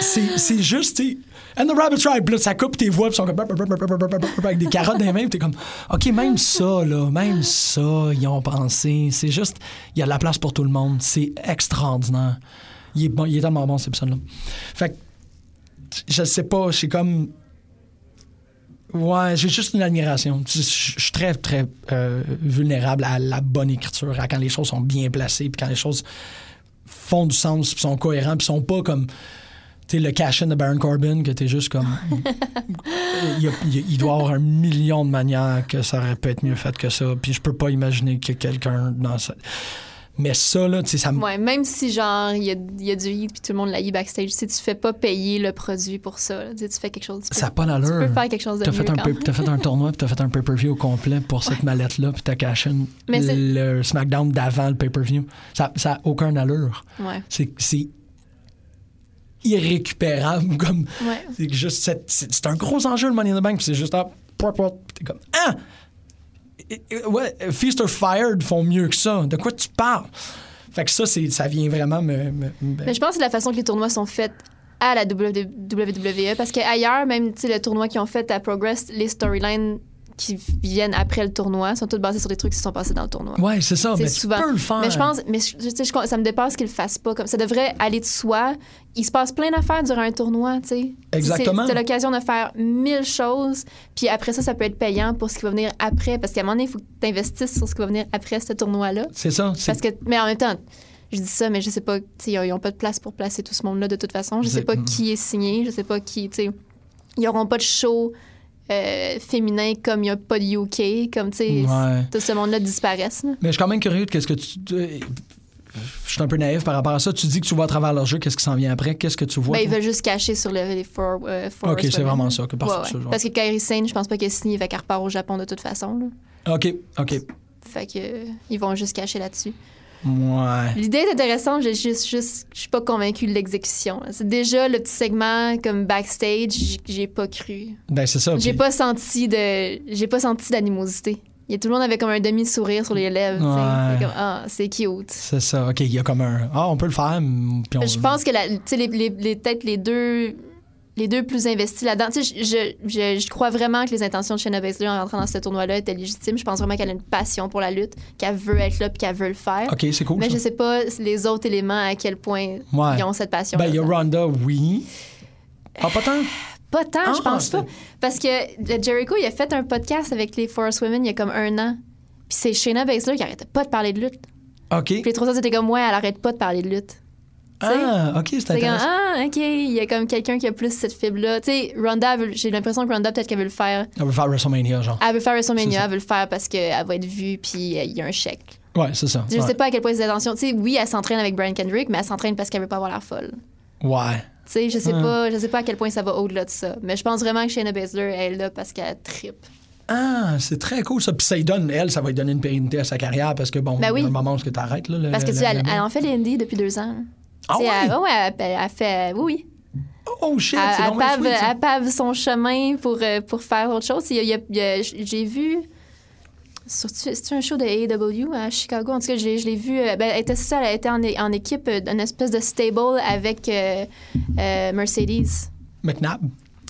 Speaker 3: c'est c'est juste, tu sais, And the Rabbit Tribe, puis là, ça coupe tes voix, puis ils sont comme. avec des carottes dans les mains, puis t'es comme. OK, même ça, là, même ça, ils ont pensé. C'est juste, il y a de la place pour tout le monde. C'est extraordinaire. Il est, bon, il est tellement bon, cette personne-là. Fait que, je sais pas, c'est comme. Ouais, j'ai juste une admiration. Je je- je suis très, très euh, vulnérable à la bonne écriture, à quand les choses sont bien placées, puis quand les choses font du sens, puis sont cohérentes, puis sont pas comme. Tu sais, le cash-in de Baron Corbin, que t'es juste comme. il, y a- il y a- il doit y avoir un million de manières que ça aurait pu être mieux fait que ça, puis je peux pas imaginer que quelqu'un dans ça. Mais ça, là, tu sais, ça me.
Speaker 5: Ouais, même si genre il y a, il y a du hit puis tout le monde l'aïe backstage, si tu fais pas payer le produit pour ça, là, tu sais, tu fais quelque chose. Tu peux,
Speaker 3: Ça a pas
Speaker 5: tu
Speaker 3: d'allure.
Speaker 5: peux faire quelque chose de
Speaker 3: T'as
Speaker 5: mieux
Speaker 3: fait, un
Speaker 5: quand
Speaker 3: pay-
Speaker 5: même.
Speaker 3: t'as fait un tournoi, puis t'as fait un pay-per-view au complet pour cette mallette-là, puis t'as caché une-
Speaker 5: Mais c'est-
Speaker 3: le SmackDown d'avant le pay-per-view. Ça n'a aucun allure.
Speaker 5: Ouais,
Speaker 3: C'est c'est irrécupérable. <laughs> comme
Speaker 5: ouais.
Speaker 3: C'est juste cette- c'est c'est un gros enjeu, le Money in the Bank, puis c'est juste un... pop, pop, puis T'es comme... Ah! Et- et- Ouais, Feast or Fired font mieux que ça. De quoi tu parles? Fait que ça, c'est- ça vient vraiment me... me- me-
Speaker 5: Mais je pense que c'est la façon que les tournois sont faits à la WWE parce qu'ailleurs, même tu sais, le tournoi qu'ils ont fait à Progress, les storylines qui viennent après le tournoi sont toutes basées sur des trucs qui se sont passés dans le tournoi.
Speaker 3: Ouais, c'est ça.
Speaker 5: C'est
Speaker 3: mais
Speaker 5: souvent.
Speaker 3: tu peux le faire.
Speaker 5: Mais je pense, mais je- je- tu sais, je- ça me dépasse qu'ils le fassent pas. Comme ça devrait aller de soi. Il se passe plein d'affaires durant un tournoi, tu sais.
Speaker 3: Exactement.
Speaker 5: C'est- T'as l'occasion de faire mille choses, puis après ça, ça peut être payant pour ce qui va venir après, parce qu'à un moment donné, il faut que tu investisses sur ce qui va venir après ce tournoi-là.
Speaker 3: C'est ça. c'est-
Speaker 5: Parce que, mais en même temps, je dis ça, mais je sais pas, tu sais, ils n'ont pas de place pour placer tout ce monde-là de toute façon. Je sais pas
Speaker 3: Exactement.
Speaker 5: qui est signé, je sais pas qui, tu sais, ils n'auront pas de show euh, féminin comme il n'y a pas de UK, comme, tu sais,
Speaker 3: Ouais.
Speaker 5: tout ce monde-là disparaisse. là.
Speaker 3: Mais je suis quand même curieux de qu'est-ce que tu. tu- euh, Je suis un peu naïf par rapport à ça. Tu dis que tu vois à travers leur jeu, qu'est-ce qui s'en vient après, qu'est-ce que tu vois.
Speaker 5: Ben, ils
Speaker 3: toi?
Speaker 5: veulent juste cacher sur le, les four, euh, four
Speaker 3: ok, c'est
Speaker 5: horsewomen.
Speaker 3: vraiment ça. Que parfait,
Speaker 5: Ouais, ouais.
Speaker 3: ça, genre.
Speaker 5: Parce que Kairi Sane, je pense pas qu'elle signe, fait qu'elle repart au Japon de toute façon. là.
Speaker 3: Ok, ok.
Speaker 5: Fait que euh, ils vont juste cacher là-dessus.
Speaker 3: Ouais.
Speaker 5: L'idée est intéressante, je juste, juste, je suis pas convaincue de l'exécution. C'est déjà le petit segment comme backstage, j- j'ai pas cru.
Speaker 3: Ben, c'est ça.
Speaker 5: J'ai
Speaker 3: puis-
Speaker 5: pas senti de, j'ai pas senti d'animosité. Il y a tout le monde avait comme un demi sourire sur les lèvres. tu sais.
Speaker 3: Ouais.
Speaker 5: C'est comme, ah, c'est cute.
Speaker 3: C'est ça. OK, il y a comme un. Ah, on peut le faire. mm, Puis on...
Speaker 5: Je pense que la- tu sais, les, les, les- peut-être les deux, les deux plus investis là-dedans. Tu sais, Je, je, je, je crois vraiment que les intentions de Shayna Baszler en rentrant dans ce tournoi-là étaient légitimes. Je pense vraiment qu'elle a une passion pour la lutte, qu'elle veut être là, puis qu'elle veut le faire.
Speaker 3: OK, c'est Ah, cool.
Speaker 5: Mais
Speaker 3: ça.
Speaker 5: je sais pas les autres éléments à quel point
Speaker 3: Ouais.
Speaker 5: ils ont Euh, cette passion.
Speaker 3: Ben, il y a Ronda, oui. Ah, pas tant.
Speaker 5: Pas tant,
Speaker 3: Ah,
Speaker 5: je pense
Speaker 3: c'est-
Speaker 5: pas. Parce que le Jericho, il a fait un podcast avec les Forest Women il y a comme un an. Puis c'est Shayna Baszler qui arrêtait pas de parler de lutte.
Speaker 3: OK.
Speaker 5: Puis les trois autres étaient comme, ouais, elle arrête pas de parler de lutte. tu sais,
Speaker 3: Ah, OK, c'est
Speaker 5: C'est comme,
Speaker 3: intéressant.
Speaker 5: ah, OK, il y a comme quelqu'un qui a plus cette fibre-là. Tu sais, Ronda, elle veut- j'ai l'impression que Ronda, peut-être qu'elle veut le faire.
Speaker 3: On veut faire WrestleMania, genre.
Speaker 5: Elle veut faire
Speaker 3: C'est ça.
Speaker 5: WrestleMania, elle veut le faire parce qu'elle va être vue, puis euh, il y a un chèque.
Speaker 3: Ouais, c'est ça.
Speaker 5: Je
Speaker 3: ouais.
Speaker 5: sais pas à quel point ses intentions. Tu sais, oui, elle s'entraîne avec Brian Kendrick, mais elle s'entraîne parce qu'elle veut pas avoir l'air folle.
Speaker 3: Ouais.
Speaker 5: Tu sais, je sais
Speaker 3: Ouais.
Speaker 5: pas, je sais pas à quel point ça va au-delà de ça, mais je pense vraiment que Shayna Baszler elle est là parce qu'elle tripe.
Speaker 3: Ah, c'est très cool ça. Puis ça lui donne, elle, ça va lui donner une pérennité à sa carrière parce que, bon,
Speaker 5: Ben oui.
Speaker 3: il y a un moment où tu arrêtes. Là, le-
Speaker 5: Parce que
Speaker 3: le-
Speaker 5: tu
Speaker 3: le-
Speaker 5: sais, elle,
Speaker 3: le-
Speaker 5: elle en fait les indies depuis deux ans.
Speaker 3: Ah
Speaker 5: Tu sais, Elle,
Speaker 3: ouais?
Speaker 5: ouais, ouais, elle, elle- elle fait. Oui, oui.
Speaker 3: Oh shit,
Speaker 5: Elle,
Speaker 3: c'est
Speaker 5: elle
Speaker 3: donc bien
Speaker 5: pave,
Speaker 3: sweet, ça.
Speaker 5: elle pave son chemin pour, euh, pour faire autre chose. Il y a- il y a- il y a- j'ai vu. sur- C'est-tu un show de AEW à Chicago? En tout cas, j'ai- je l'ai vu. euh, ben, elle était seule, elle était en, é- en équipe euh, d'une espèce de stable avec euh, euh, Mercedes.
Speaker 3: McNabb,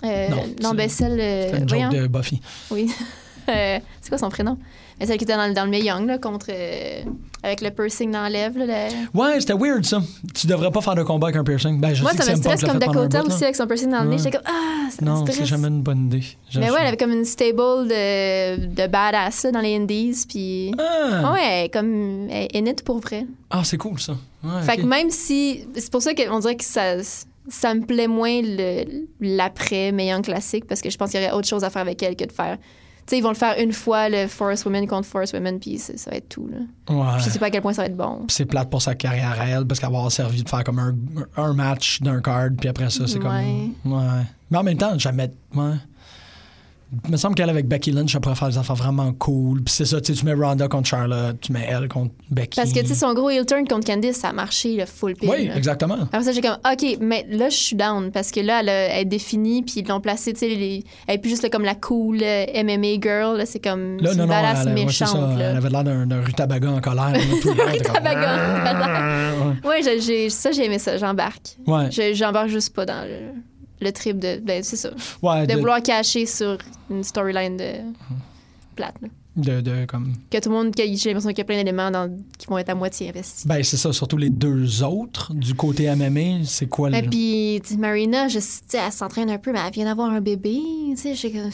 Speaker 5: Euh,
Speaker 3: Non,
Speaker 5: non,
Speaker 3: c'est-
Speaker 5: ben celle. euh,
Speaker 3: c'est une joke
Speaker 5: voyons.
Speaker 3: de Buffy.
Speaker 5: Oui. <laughs> Euh, c'est quoi son prénom? Mais celle qui était dans, le- dans le Mae Young, là, contre. euh, avec le piercing dans la lèvre, là, la-
Speaker 3: Ouais, c'était weird ça. Tu devrais pas faire de combat avec un piercing. Ben, je
Speaker 5: Moi,
Speaker 3: sais
Speaker 5: ça
Speaker 3: que
Speaker 5: me
Speaker 3: CM Punk
Speaker 5: stresse
Speaker 3: l'a
Speaker 5: comme
Speaker 3: fait pendant un
Speaker 5: Dakota
Speaker 3: bout, là.
Speaker 5: aussi avec son piercing dans le nez.
Speaker 3: Ouais.
Speaker 5: J'étais comme, ah, ça me
Speaker 3: Non, c'est
Speaker 5: stresse.
Speaker 3: jamais une bonne idée. Je-
Speaker 5: Mais ouais,
Speaker 3: je-
Speaker 5: elle avait comme une stable de, de badass là, dans les indies. Puis.
Speaker 3: Ah,
Speaker 5: Ah ouais, elle est comme. Elle est in it pour vrai.
Speaker 3: Ah, c'est cool ça. Ouais,
Speaker 5: Fait
Speaker 3: ok.
Speaker 5: que même si. C'est pour ça qu'on dirait que ça. Ça me plaît moins le- l'après meilleur classique parce que je pense qu'il y aurait autre chose à faire avec elle que de faire. Tu sais, ils vont le faire une fois, le Forest Women contre Forest Women, puis c'est- ça va être tout. Là.
Speaker 3: Ouais.
Speaker 5: Je sais pas à quel point ça va être bon.
Speaker 3: Puis c'est plate pour sa carrière à elle parce qu'elle va avoir servi de faire comme un, un match d'un card, puis après ça, c'est
Speaker 5: Ouais.
Speaker 3: comme. Ouais. Mais en même temps, jamais. Ouais. Il me semble qu'elle avec Becky Lynch, elle pourrait faire des affaires vraiment cool. Puis c'est ça, tu sais, tu mets Ronda contre Charlotte, tu mets elle contre Becky.
Speaker 5: Parce que, tu sais, son gros heel turn contre Candice, ça a marché, le full pile.
Speaker 3: Oui,
Speaker 5: là.
Speaker 3: exactement.
Speaker 5: Après ça, j'ai comme, OK, mais là, je suis down parce que là, elle, a- elle est définie, puis ils l'ont placée, tu sais, les- elle est plus juste là, comme la cool euh, MMA girl, là, c'est comme
Speaker 3: Là,
Speaker 5: c'est
Speaker 3: non,
Speaker 5: une
Speaker 3: non,
Speaker 5: badass
Speaker 3: elle, ouais, c'est
Speaker 5: méchante.
Speaker 3: ça,
Speaker 5: là.
Speaker 3: elle avait l'air d'un d'un rutabaga en colère. là,
Speaker 5: <laughs>
Speaker 3: tout le long, t'es comme,
Speaker 5: Rutabaga. Ouais, j'ai- j'ai- ça, j'ai aimé ça, j'embarque.
Speaker 3: Ouais,
Speaker 5: Je- J'embarque juste pas dans le, le trip de. Ben, c'est ça.
Speaker 3: ouais,
Speaker 5: De
Speaker 3: de,
Speaker 5: vouloir cacher sur une storyline de.
Speaker 3: Mhm.
Speaker 5: plate, là.
Speaker 3: de- de, comme...
Speaker 5: Que tout le monde. que- J'ai l'impression qu'il y a plein d'éléments dans- qui vont être à moitié investis.
Speaker 3: Ben, c'est ça, surtout les deux autres du côté MMA, c'est quoi le...
Speaker 5: Et Ben, puis, tu sais, Marina, je, tu sais, elle s'entraîne un peu, mais elle vient d'avoir un bébé. Tu sais, j'ai comme-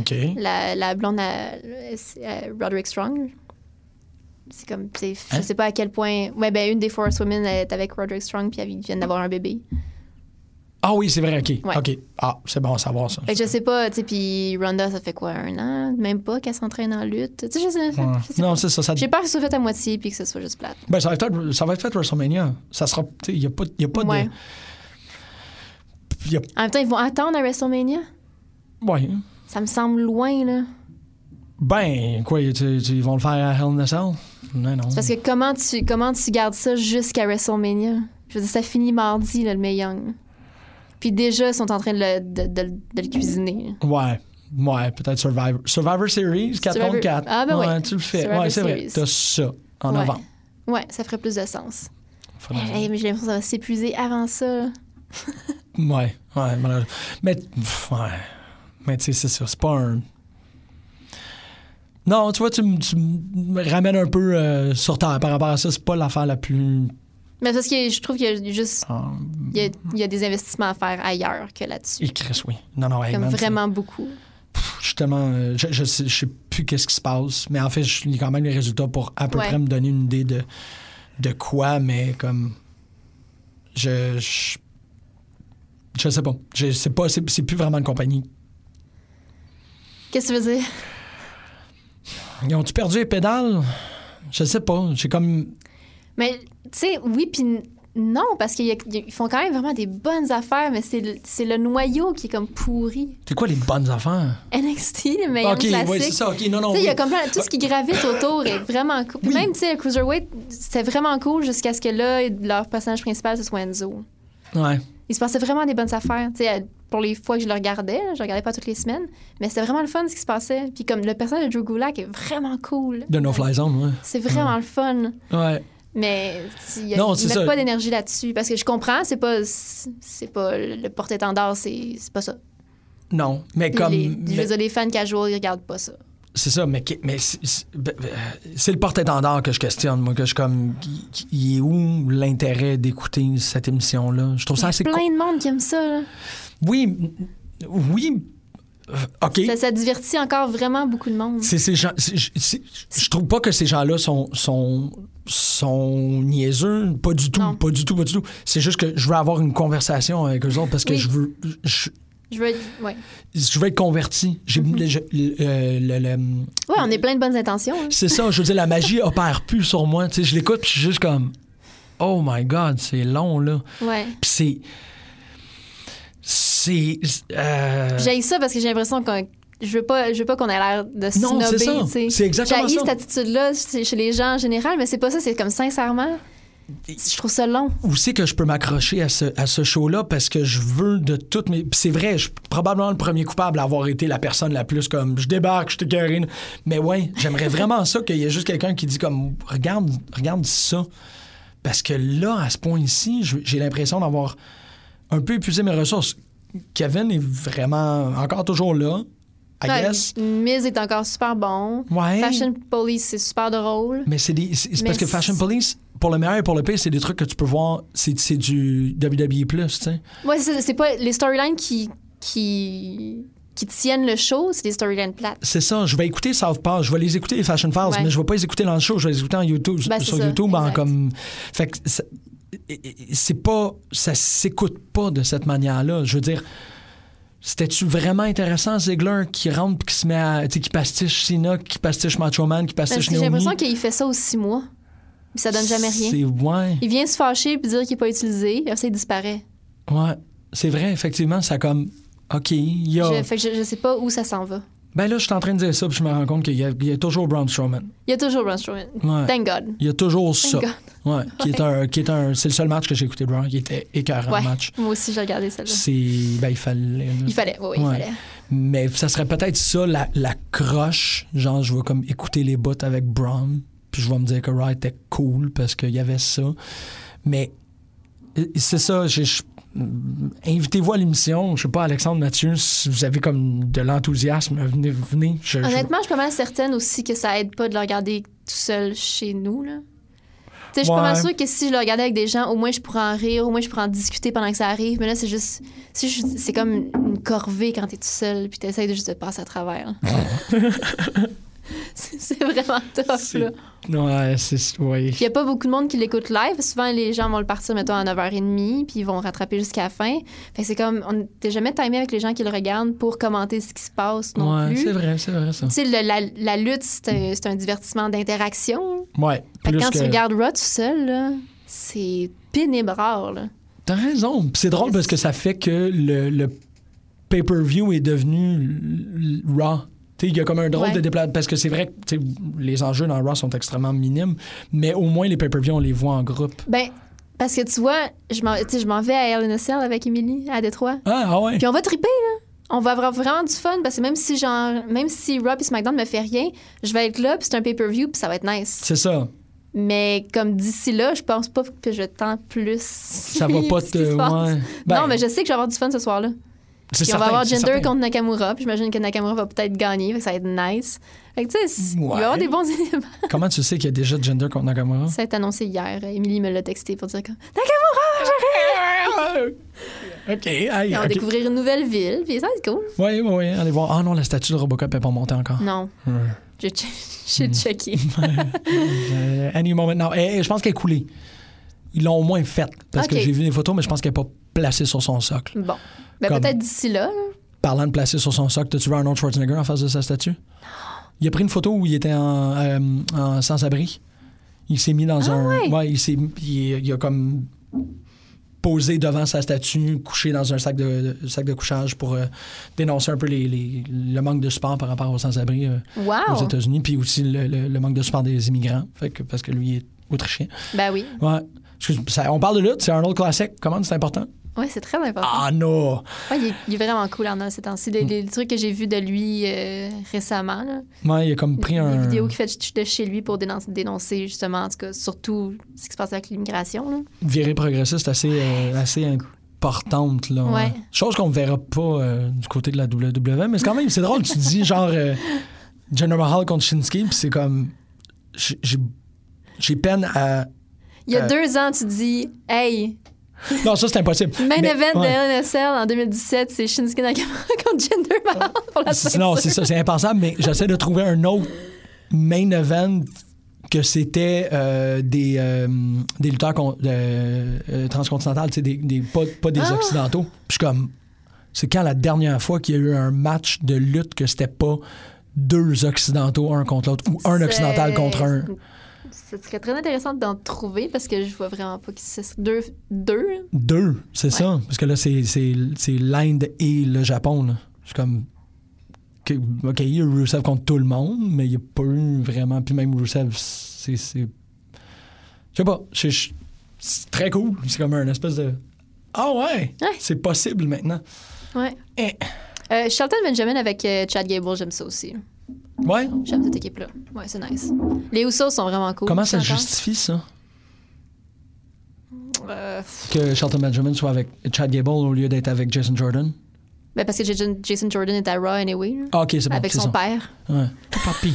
Speaker 3: OK.
Speaker 5: la, la blonde à, c'est à Roderick Strong. C'est comme, tu sais,
Speaker 3: Hein?
Speaker 5: je sais pas à quel point. Ouais, ben, une des Forest Women elle est avec Roderick Strong, puis elle vient d'avoir un bébé.
Speaker 3: Ah oui, c'est vrai, OK.
Speaker 5: Ouais.
Speaker 3: OK. Ah, c'est bon à savoir, ça.
Speaker 5: Fait que je sais pas, tu sais, puis Ronda, ça fait quoi, un an? Même pas qu'elle s'entraîne en lutte. Tu sais, je sais,
Speaker 3: Ouais.
Speaker 5: je sais
Speaker 3: Non,
Speaker 5: pas.
Speaker 3: c'est ça. ça...
Speaker 5: J'ai peur que ce soit fait à moitié, puis que ce soit juste plate.
Speaker 3: Ben, ça va être ça va être fait WrestleMania. Ça sera... Il n'y a pas, y a pas
Speaker 5: Ouais.
Speaker 3: de... Y a...
Speaker 5: En même temps, ils vont attendre à WrestleMania.
Speaker 3: Ouais.
Speaker 5: Ça me semble loin, là.
Speaker 3: Ben, quoi, tu- tu- ils vont le faire à Hell in a Cell? Non, non.
Speaker 5: C'est parce que comment tu, comment tu gardes ça jusqu'à WrestleMania? Je veux dire, ça finit mardi, là, le Mae Young. Puis déjà, ils sont en train de le, de, de- de le cuisiner.
Speaker 3: Ouais. Ouais, peut-être Survivor. Survivor Series, 4
Speaker 5: Survivor-
Speaker 3: contre 4.
Speaker 5: Ah, ben
Speaker 3: ouais.
Speaker 5: ouais.
Speaker 3: tu le fais.
Speaker 5: Survivor
Speaker 3: ouais, c'est vrai.
Speaker 5: Series.
Speaker 3: T'as ça en
Speaker 5: Ouais.
Speaker 3: novembre.
Speaker 5: Ouais, ça ferait plus de sens.
Speaker 3: Faudrait-
Speaker 5: Hey, mais j'ai l'impression que ça va s'épuiser avant ça.
Speaker 3: Ouais, ouais, malheureusement. Mais, pff, ouais. Mais tu sais, c'est ça, c'est pas un. Non, tu vois, tu me tu me ramènes un peu euh, sur terre par rapport à ça. C'est pas l'affaire la plus.
Speaker 5: Mais parce que je trouve qu'il y a juste
Speaker 3: Ah,
Speaker 5: il y a, il y a des investissements à faire ailleurs que là-dessus.
Speaker 3: écrit, oui. Non, non, hey,
Speaker 5: Comme
Speaker 3: man, c'est-
Speaker 5: vraiment beaucoup.
Speaker 3: pff, Je suis tellement. euh, je, je, sais, je sais plus qu'est-ce qui se passe, mais en fait, je lis quand même les résultats pour à peu
Speaker 5: Ouais.
Speaker 3: près me donner une idée de, de quoi, mais comme. Je. Je, je sais pas. Je sais pas, c'est c'est plus vraiment une compagnie
Speaker 5: Qu'est-ce que tu veux dire?
Speaker 3: Ils ont-tu perdu les pédales? Je sais pas. J'ai comme.
Speaker 5: Mais tu sais, oui, puis Non, parce qu'ils font quand même vraiment des bonnes affaires, mais c'est le, c'est le noyau qui est comme pourri.
Speaker 3: C'est quoi les bonnes affaires?
Speaker 5: NXT, le meilleur
Speaker 3: ok,
Speaker 5: classique.
Speaker 3: ouais, c'est ça. Ok, non, non.
Speaker 5: Tu sais, il y a
Speaker 3: Oh oui.
Speaker 5: comme plein- tout ce qui gravite autour est vraiment cool. Puis
Speaker 3: Oui.
Speaker 5: Même, tu sais, le Cruiserweight, c'était vraiment cool jusqu'à ce que là, leur personnage principal, ce soit Enzo.
Speaker 3: Ouais.
Speaker 5: Il se passait vraiment des bonnes affaires. Tu sais, pour les fois que je le regardais, là, je le regardais pas toutes les semaines, mais c'était vraiment le fun ce qui se passait. Puis comme le personnage de Drew Gulak est vraiment cool.
Speaker 3: De No Fly Zone, ouais.
Speaker 5: C'est vraiment le fun.
Speaker 3: Ouais.
Speaker 5: Mais il
Speaker 3: Non,
Speaker 5: ils
Speaker 3: c'est
Speaker 5: mettent
Speaker 3: ça.
Speaker 5: pas d'énergie là-dessus. Parce que je comprends, c'est pas, c'est pas le porte-étendard, c'est c'est pas ça.
Speaker 3: Non, mais comme.
Speaker 5: les, Je
Speaker 3: mais-
Speaker 5: veux dire, les fans casual, ils regardent pas ça.
Speaker 3: C'est ça, mais, qui- mais c'est- c'est ben, ben, c'est le porte-étendard que je questionne, moi, que je suis comme. il- Il est où l'intérêt d'écouter cette émission-là? Je trouve ça assez.
Speaker 5: Plein
Speaker 3: con-
Speaker 5: de monde qui aime ça. là.
Speaker 3: Oui, m- oui. euh, OK.
Speaker 5: Ça, ça divertit encore vraiment beaucoup de monde.
Speaker 3: C'est ces gens. c'est- je- c'est- Je trouve pas que ces gens-là sont, sont, sont niaiseux. Pas du tout.
Speaker 5: Non.
Speaker 3: Pas du tout, pas du tout. C'est juste que je veux avoir une conversation avec eux autres parce que
Speaker 5: Oui.
Speaker 3: je veux. Je,
Speaker 5: Je veux... ouais.
Speaker 3: je veux être converti. J'ai
Speaker 5: <laughs>
Speaker 3: je- le- le- le-
Speaker 5: ouais, on est plein de bonnes intentions. hein.
Speaker 3: C'est ça, je veux dire, la magie opère plus sur moi. Tu sais, je l'écoute, puis je suis juste comme, oh my God, c'est long, là.
Speaker 5: Ouais.
Speaker 3: Puis c'est. C'est. euh,
Speaker 5: J'haïs ça parce que j'ai l'impression qu'on. Je veux pas, je veux pas qu'on ait l'air de
Speaker 3: Non,
Speaker 5: snobber,
Speaker 3: c'est ça.
Speaker 5: tu sais.
Speaker 3: C'est exactement
Speaker 5: J'haïs
Speaker 3: ça.
Speaker 5: cette attitude-là chez chez les gens en général, mais c'est pas ça, c'est comme sincèrement, je trouve ça long.
Speaker 3: où c'est que je peux m'accrocher à ce, à ce show-là parce que je veux de toutes mes. puis c'est vrai, je suis probablement le premier coupable à avoir été la personne la plus comme je débarque, je t'écœurine. Mais ouais, j'aimerais vraiment ça qu'il y ait juste quelqu'un qui dit comme regarde, regarde ça. Parce que là, à ce point-ci, je- j'ai l'impression d'avoir un peu épuisé mes ressources. Kevin est vraiment encore toujours là, I
Speaker 5: Ouais,
Speaker 3: guess.
Speaker 5: Miz est encore super bon.
Speaker 3: Ouais.
Speaker 5: Fashion Police, c'est super drôle.
Speaker 3: Mais c'est des- c'est- c'est
Speaker 5: Mais
Speaker 3: parce que
Speaker 5: c'est-
Speaker 3: Fashion Police, pour le meilleur et pour le pire, c'est des trucs que tu peux voir, c'est c'est du WWE, tu sais.
Speaker 5: Ouais, c'est c'est pas les storylines qui, qui, qui tiennent le show, c'est des storylines plates.
Speaker 3: C'est ça, je vais écouter South Park, je vais les écouter les Fashion Files,
Speaker 5: Ouais.
Speaker 3: mais je vais pas les écouter dans le show, je vais les écouter en YouTube,
Speaker 5: Ben, c'est
Speaker 3: sur
Speaker 5: ça,
Speaker 3: YouTube en
Speaker 5: exact.
Speaker 3: comme fait que ça- c'est pas ça s'écoute pas de cette manière-là, je veux dire c'était-tu vraiment intéressant Ziggler qui rentre puis qui se met à tu sais, qui pastiche Cena, qui pastiche Macho Man, qui
Speaker 5: Parce
Speaker 3: pastiche
Speaker 5: que j'ai
Speaker 3: Naomi.
Speaker 5: l'impression qu'il fait ça aux six mois, puis ça donne jamais rien.
Speaker 3: C'est ouais,
Speaker 5: Il vient se fâcher puis dire qu'il est pas utilisé, et après ça, il disparaît.
Speaker 3: ouais, c'est vrai effectivement, ça comme OK, il y a
Speaker 5: Je, fait que je, je sais pas où ça s'en va.
Speaker 3: Ben là, je suis en train de dire ça, puis je me rends compte qu'il y, a- il y a toujours Braun Strowman.
Speaker 5: Il y a toujours Braun Strowman.
Speaker 3: Ouais.
Speaker 5: Thank God.
Speaker 3: Il y a toujours ça.
Speaker 5: God.
Speaker 3: Ouais, qui est un, qui est un, c'est le seul match que j'ai écouté de Raw qui était écœurant
Speaker 5: Ouais.
Speaker 3: le match.
Speaker 5: Moi aussi, j'ai regardé celle-là.
Speaker 3: C'est, ben il fallait. là.
Speaker 5: Il fallait, oui, oui,
Speaker 3: Ouais.
Speaker 5: il fallait.
Speaker 3: Mais ça serait peut-être ça la, la croche, genre je vais comme écouter les bouts avec Braun, puis je vais me dire que Raw était cool parce qu'il y avait ça. Mais euh, c'est ça, j'ai- je- mm, invitez-vous à l'émission, je sais pas Alexandre Mathieu, si vous avez comme de l'enthousiasme, venez, venez. Je- je-
Speaker 5: Honnêtement, je suis pas mal certaine aussi que ça aide pas de le regarder tout seul chez nous. Là. Tu sais, je suis pas mal
Speaker 3: Ouais.
Speaker 5: sûre que si je le regardais avec des gens, au moins je pourrais en rire, au moins je pourrais en discuter pendant que ça arrive. Mais là, c'est juste. si je- C'est comme une corvée quand t'es tout seul, puis t'essayes de juste de passer à travers.
Speaker 3: <laughs>
Speaker 5: là. c'est c'est vraiment tough,
Speaker 3: C'est-
Speaker 5: là.
Speaker 3: Ouais, c'est ouais.
Speaker 5: Puis il n'y a pas beaucoup de monde qui l'écoute live. Souvent, les gens vont le partir, mettons, à 9h30, puis ils vont rattraper jusqu'à la fin. Fait que c'est comme, on n'était jamais timé avec les gens qui le regardent pour commenter ce qui se passe non
Speaker 3: Ouais,
Speaker 5: plus.
Speaker 3: c'est vrai, c'est vrai ça.
Speaker 5: Tu sais, le- la, la lutte, c'est un, c'est un divertissement d'interaction.
Speaker 3: Ouais,
Speaker 5: Fait que
Speaker 3: plus
Speaker 5: quand tu
Speaker 3: que-
Speaker 5: regardes Raw tout seul, là, c'est pénible rare, là.
Speaker 3: T'as raison. Puis C'est drôle parce que ça fait que le, le pay-per-view est devenu l- l- Raw. Tu sais, Il y a comme un drôle
Speaker 5: Ouais.
Speaker 3: de déplacement. Parce que c'est vrai que tu sais, les enjeux dans Raw sont extrêmement minimes, mais au moins les pay-per-views, on les voit en groupe.
Speaker 5: Ben, parce que tu vois, je m'en tu sais, je m'en vais à LNSL avec Émilie à Détroit.
Speaker 3: Ah, ah ouais.
Speaker 5: Puis on va triper, là. On va avoir vraiment du fun parce que même si genre même si Raw et SmackDown me fait rien, je vais être là puis c'est un pay-per-view puis ça va être nice.
Speaker 3: C'est ça.
Speaker 5: Mais comme d'ici là, je pense pas que je tends plus.
Speaker 3: Ça
Speaker 5: <laughs>
Speaker 3: va pas
Speaker 5: ce qui
Speaker 3: te.
Speaker 5: se passe.
Speaker 3: ouais. Ben,
Speaker 5: non, mais je sais que je vais avoir du fun ce soir-là.
Speaker 3: c'est
Speaker 5: Puis on va
Speaker 3: certain,
Speaker 5: avoir
Speaker 3: c'est
Speaker 5: Gender
Speaker 3: certain.
Speaker 5: contre Nakamura. Puis j'imagine que Nakamura va peut-être gagner. Fait que ça va être nice. Fait que tu sais, c- il va y avoir
Speaker 3: Ouais.
Speaker 5: des bons éléments.
Speaker 3: Comment tu sais qu'il y a déjà Gender contre
Speaker 5: <laughs>
Speaker 3: Nakamura?
Speaker 5: Ça a été annoncé hier. Émilie me l'a texté pour dire que Nakamura,
Speaker 3: <laughs> ok, aïe.
Speaker 5: on va
Speaker 3: ok.
Speaker 5: découvrir une nouvelle ville. Puis ça va être cool.
Speaker 3: Ouais, ouais, ouais, allez voir. Ah non, la statue de Robocop n'est pas montée encore.
Speaker 5: Non.
Speaker 3: Ouais. Hmm.
Speaker 5: J'ai che- <laughs> j'ai checké.
Speaker 3: Euh, any moment now. Eh, eh, je pense qu'elle est coulée. Ils l'ont au moins faite. Parce
Speaker 5: Ok.
Speaker 3: que j'ai vu les photos, mais je pense qu'elle n'est pas placée sur son socle.
Speaker 5: Bon. Ben
Speaker 3: Comme-
Speaker 5: peut-être d'ici là. là.
Speaker 3: Parlant de placer sur son socle, t'as-tu vu Arnold Schwarzenegger en face de sa statue? Il a pris une photo où il était en, euh, en sans-abri. Il s'est mis dans un.
Speaker 5: Ah ouais?
Speaker 3: il, s'est, il, il a comme posé devant sa statue, couché dans un sac de, de- sac de couchage pour euh, dénoncer un peu les- les- le manque de support par rapport aux sans-abri euh, aux
Speaker 5: Wow!
Speaker 3: États-Unis, puis aussi le, le- le manque de support des immigrants, fait que- parce que lui est autrichien.
Speaker 5: Ben oui.
Speaker 3: Ouais. Excuse, ça- on parle de lutte, c'est un autre classique. Comment c'est important?
Speaker 5: Ouais, c'est très important.
Speaker 3: Ah non!
Speaker 5: Ouais, il, est, il est vraiment cool, Arnold, ces temps-ci.
Speaker 3: Mm.
Speaker 5: Les, les trucs que j'ai vus de lui euh, récemment, là.
Speaker 3: Ouais, il a comme pris
Speaker 5: Des
Speaker 3: un.
Speaker 5: vidéos qu'il fait ch- de chez lui pour dénoncer, dénoncer, justement, en tout cas, surtout ce qui se passe avec l'immigration. là.
Speaker 3: virée progressiste assez, euh, assez importante. Là,
Speaker 5: Ouais.
Speaker 3: Chose qu'on ne verra pas euh, du côté de la WWE, mais c'est quand même, c'est drôle, tu dis genre euh, Jinder Mahal contre Shinsuke, puis c'est comme. j'ai- J'ai j'ai peine à.
Speaker 5: Il y a
Speaker 3: Euh.
Speaker 5: deux ans, tu dis, hey,
Speaker 3: Non, ça c'est impossible.
Speaker 5: main
Speaker 3: Mais-
Speaker 5: event
Speaker 3: ouais.
Speaker 5: de NSL en 2017, c'est Shinsuke Nakamura <laughs> contre Jinder Mahal pour la
Speaker 3: C'est- Non, c'est
Speaker 5: ceinture.
Speaker 3: ça, c'est impensable, mais j'essaie de trouver un autre main event que c'était euh, des, euh, des lutteurs con- euh, euh, transcontinentales, tu sais, des, des- pas, pas des
Speaker 5: Ah!
Speaker 3: occidentaux. Puis je suis comme, c'est quand la dernière fois qu'il y a eu un match de lutte que c'était pas deux occidentaux un contre l'autre ou un
Speaker 5: C'est-
Speaker 3: occidental contre un.
Speaker 5: Ce serait très intéressant d'en trouver parce que je vois vraiment pas qui c'est. Deux, deux, hein.
Speaker 3: Deux, c'est ça. Parce que là, c'est c'est- c'est l'Inde et le Japon. là. Je suis comme. que- OK, il y a eu Rusev contre tout le monde, mais il n'y a pas eu vraiment. Puis même Rusev, c'est. c'est- Je sais pas. c'est- je- C'est très cool. C'est comme un espèce de. Ah ouais!
Speaker 5: Ouais.
Speaker 3: C'est possible maintenant.
Speaker 5: Ouais.
Speaker 3: Eh.
Speaker 5: Euh, Shelton Benjamin avec euh, Chad Gable, j'aime ça aussi.
Speaker 3: Ouais.
Speaker 5: J'aime cette équipe-là. Ouais, c'est nice. Les Usos sont vraiment cool.
Speaker 3: Comment ça
Speaker 5: j'entends.
Speaker 3: justifie ça?
Speaker 5: Euh, pff,
Speaker 3: Que Shelton Benjamin soit avec Chad Gable au lieu d'être avec Jason Jordan?
Speaker 5: ben parce que Jason Jason Jordan est à Raw anyway. là.
Speaker 3: Ah, OK, c'est bon.
Speaker 5: avec
Speaker 3: c'est ça.
Speaker 5: son père.
Speaker 3: Ouais. Papi.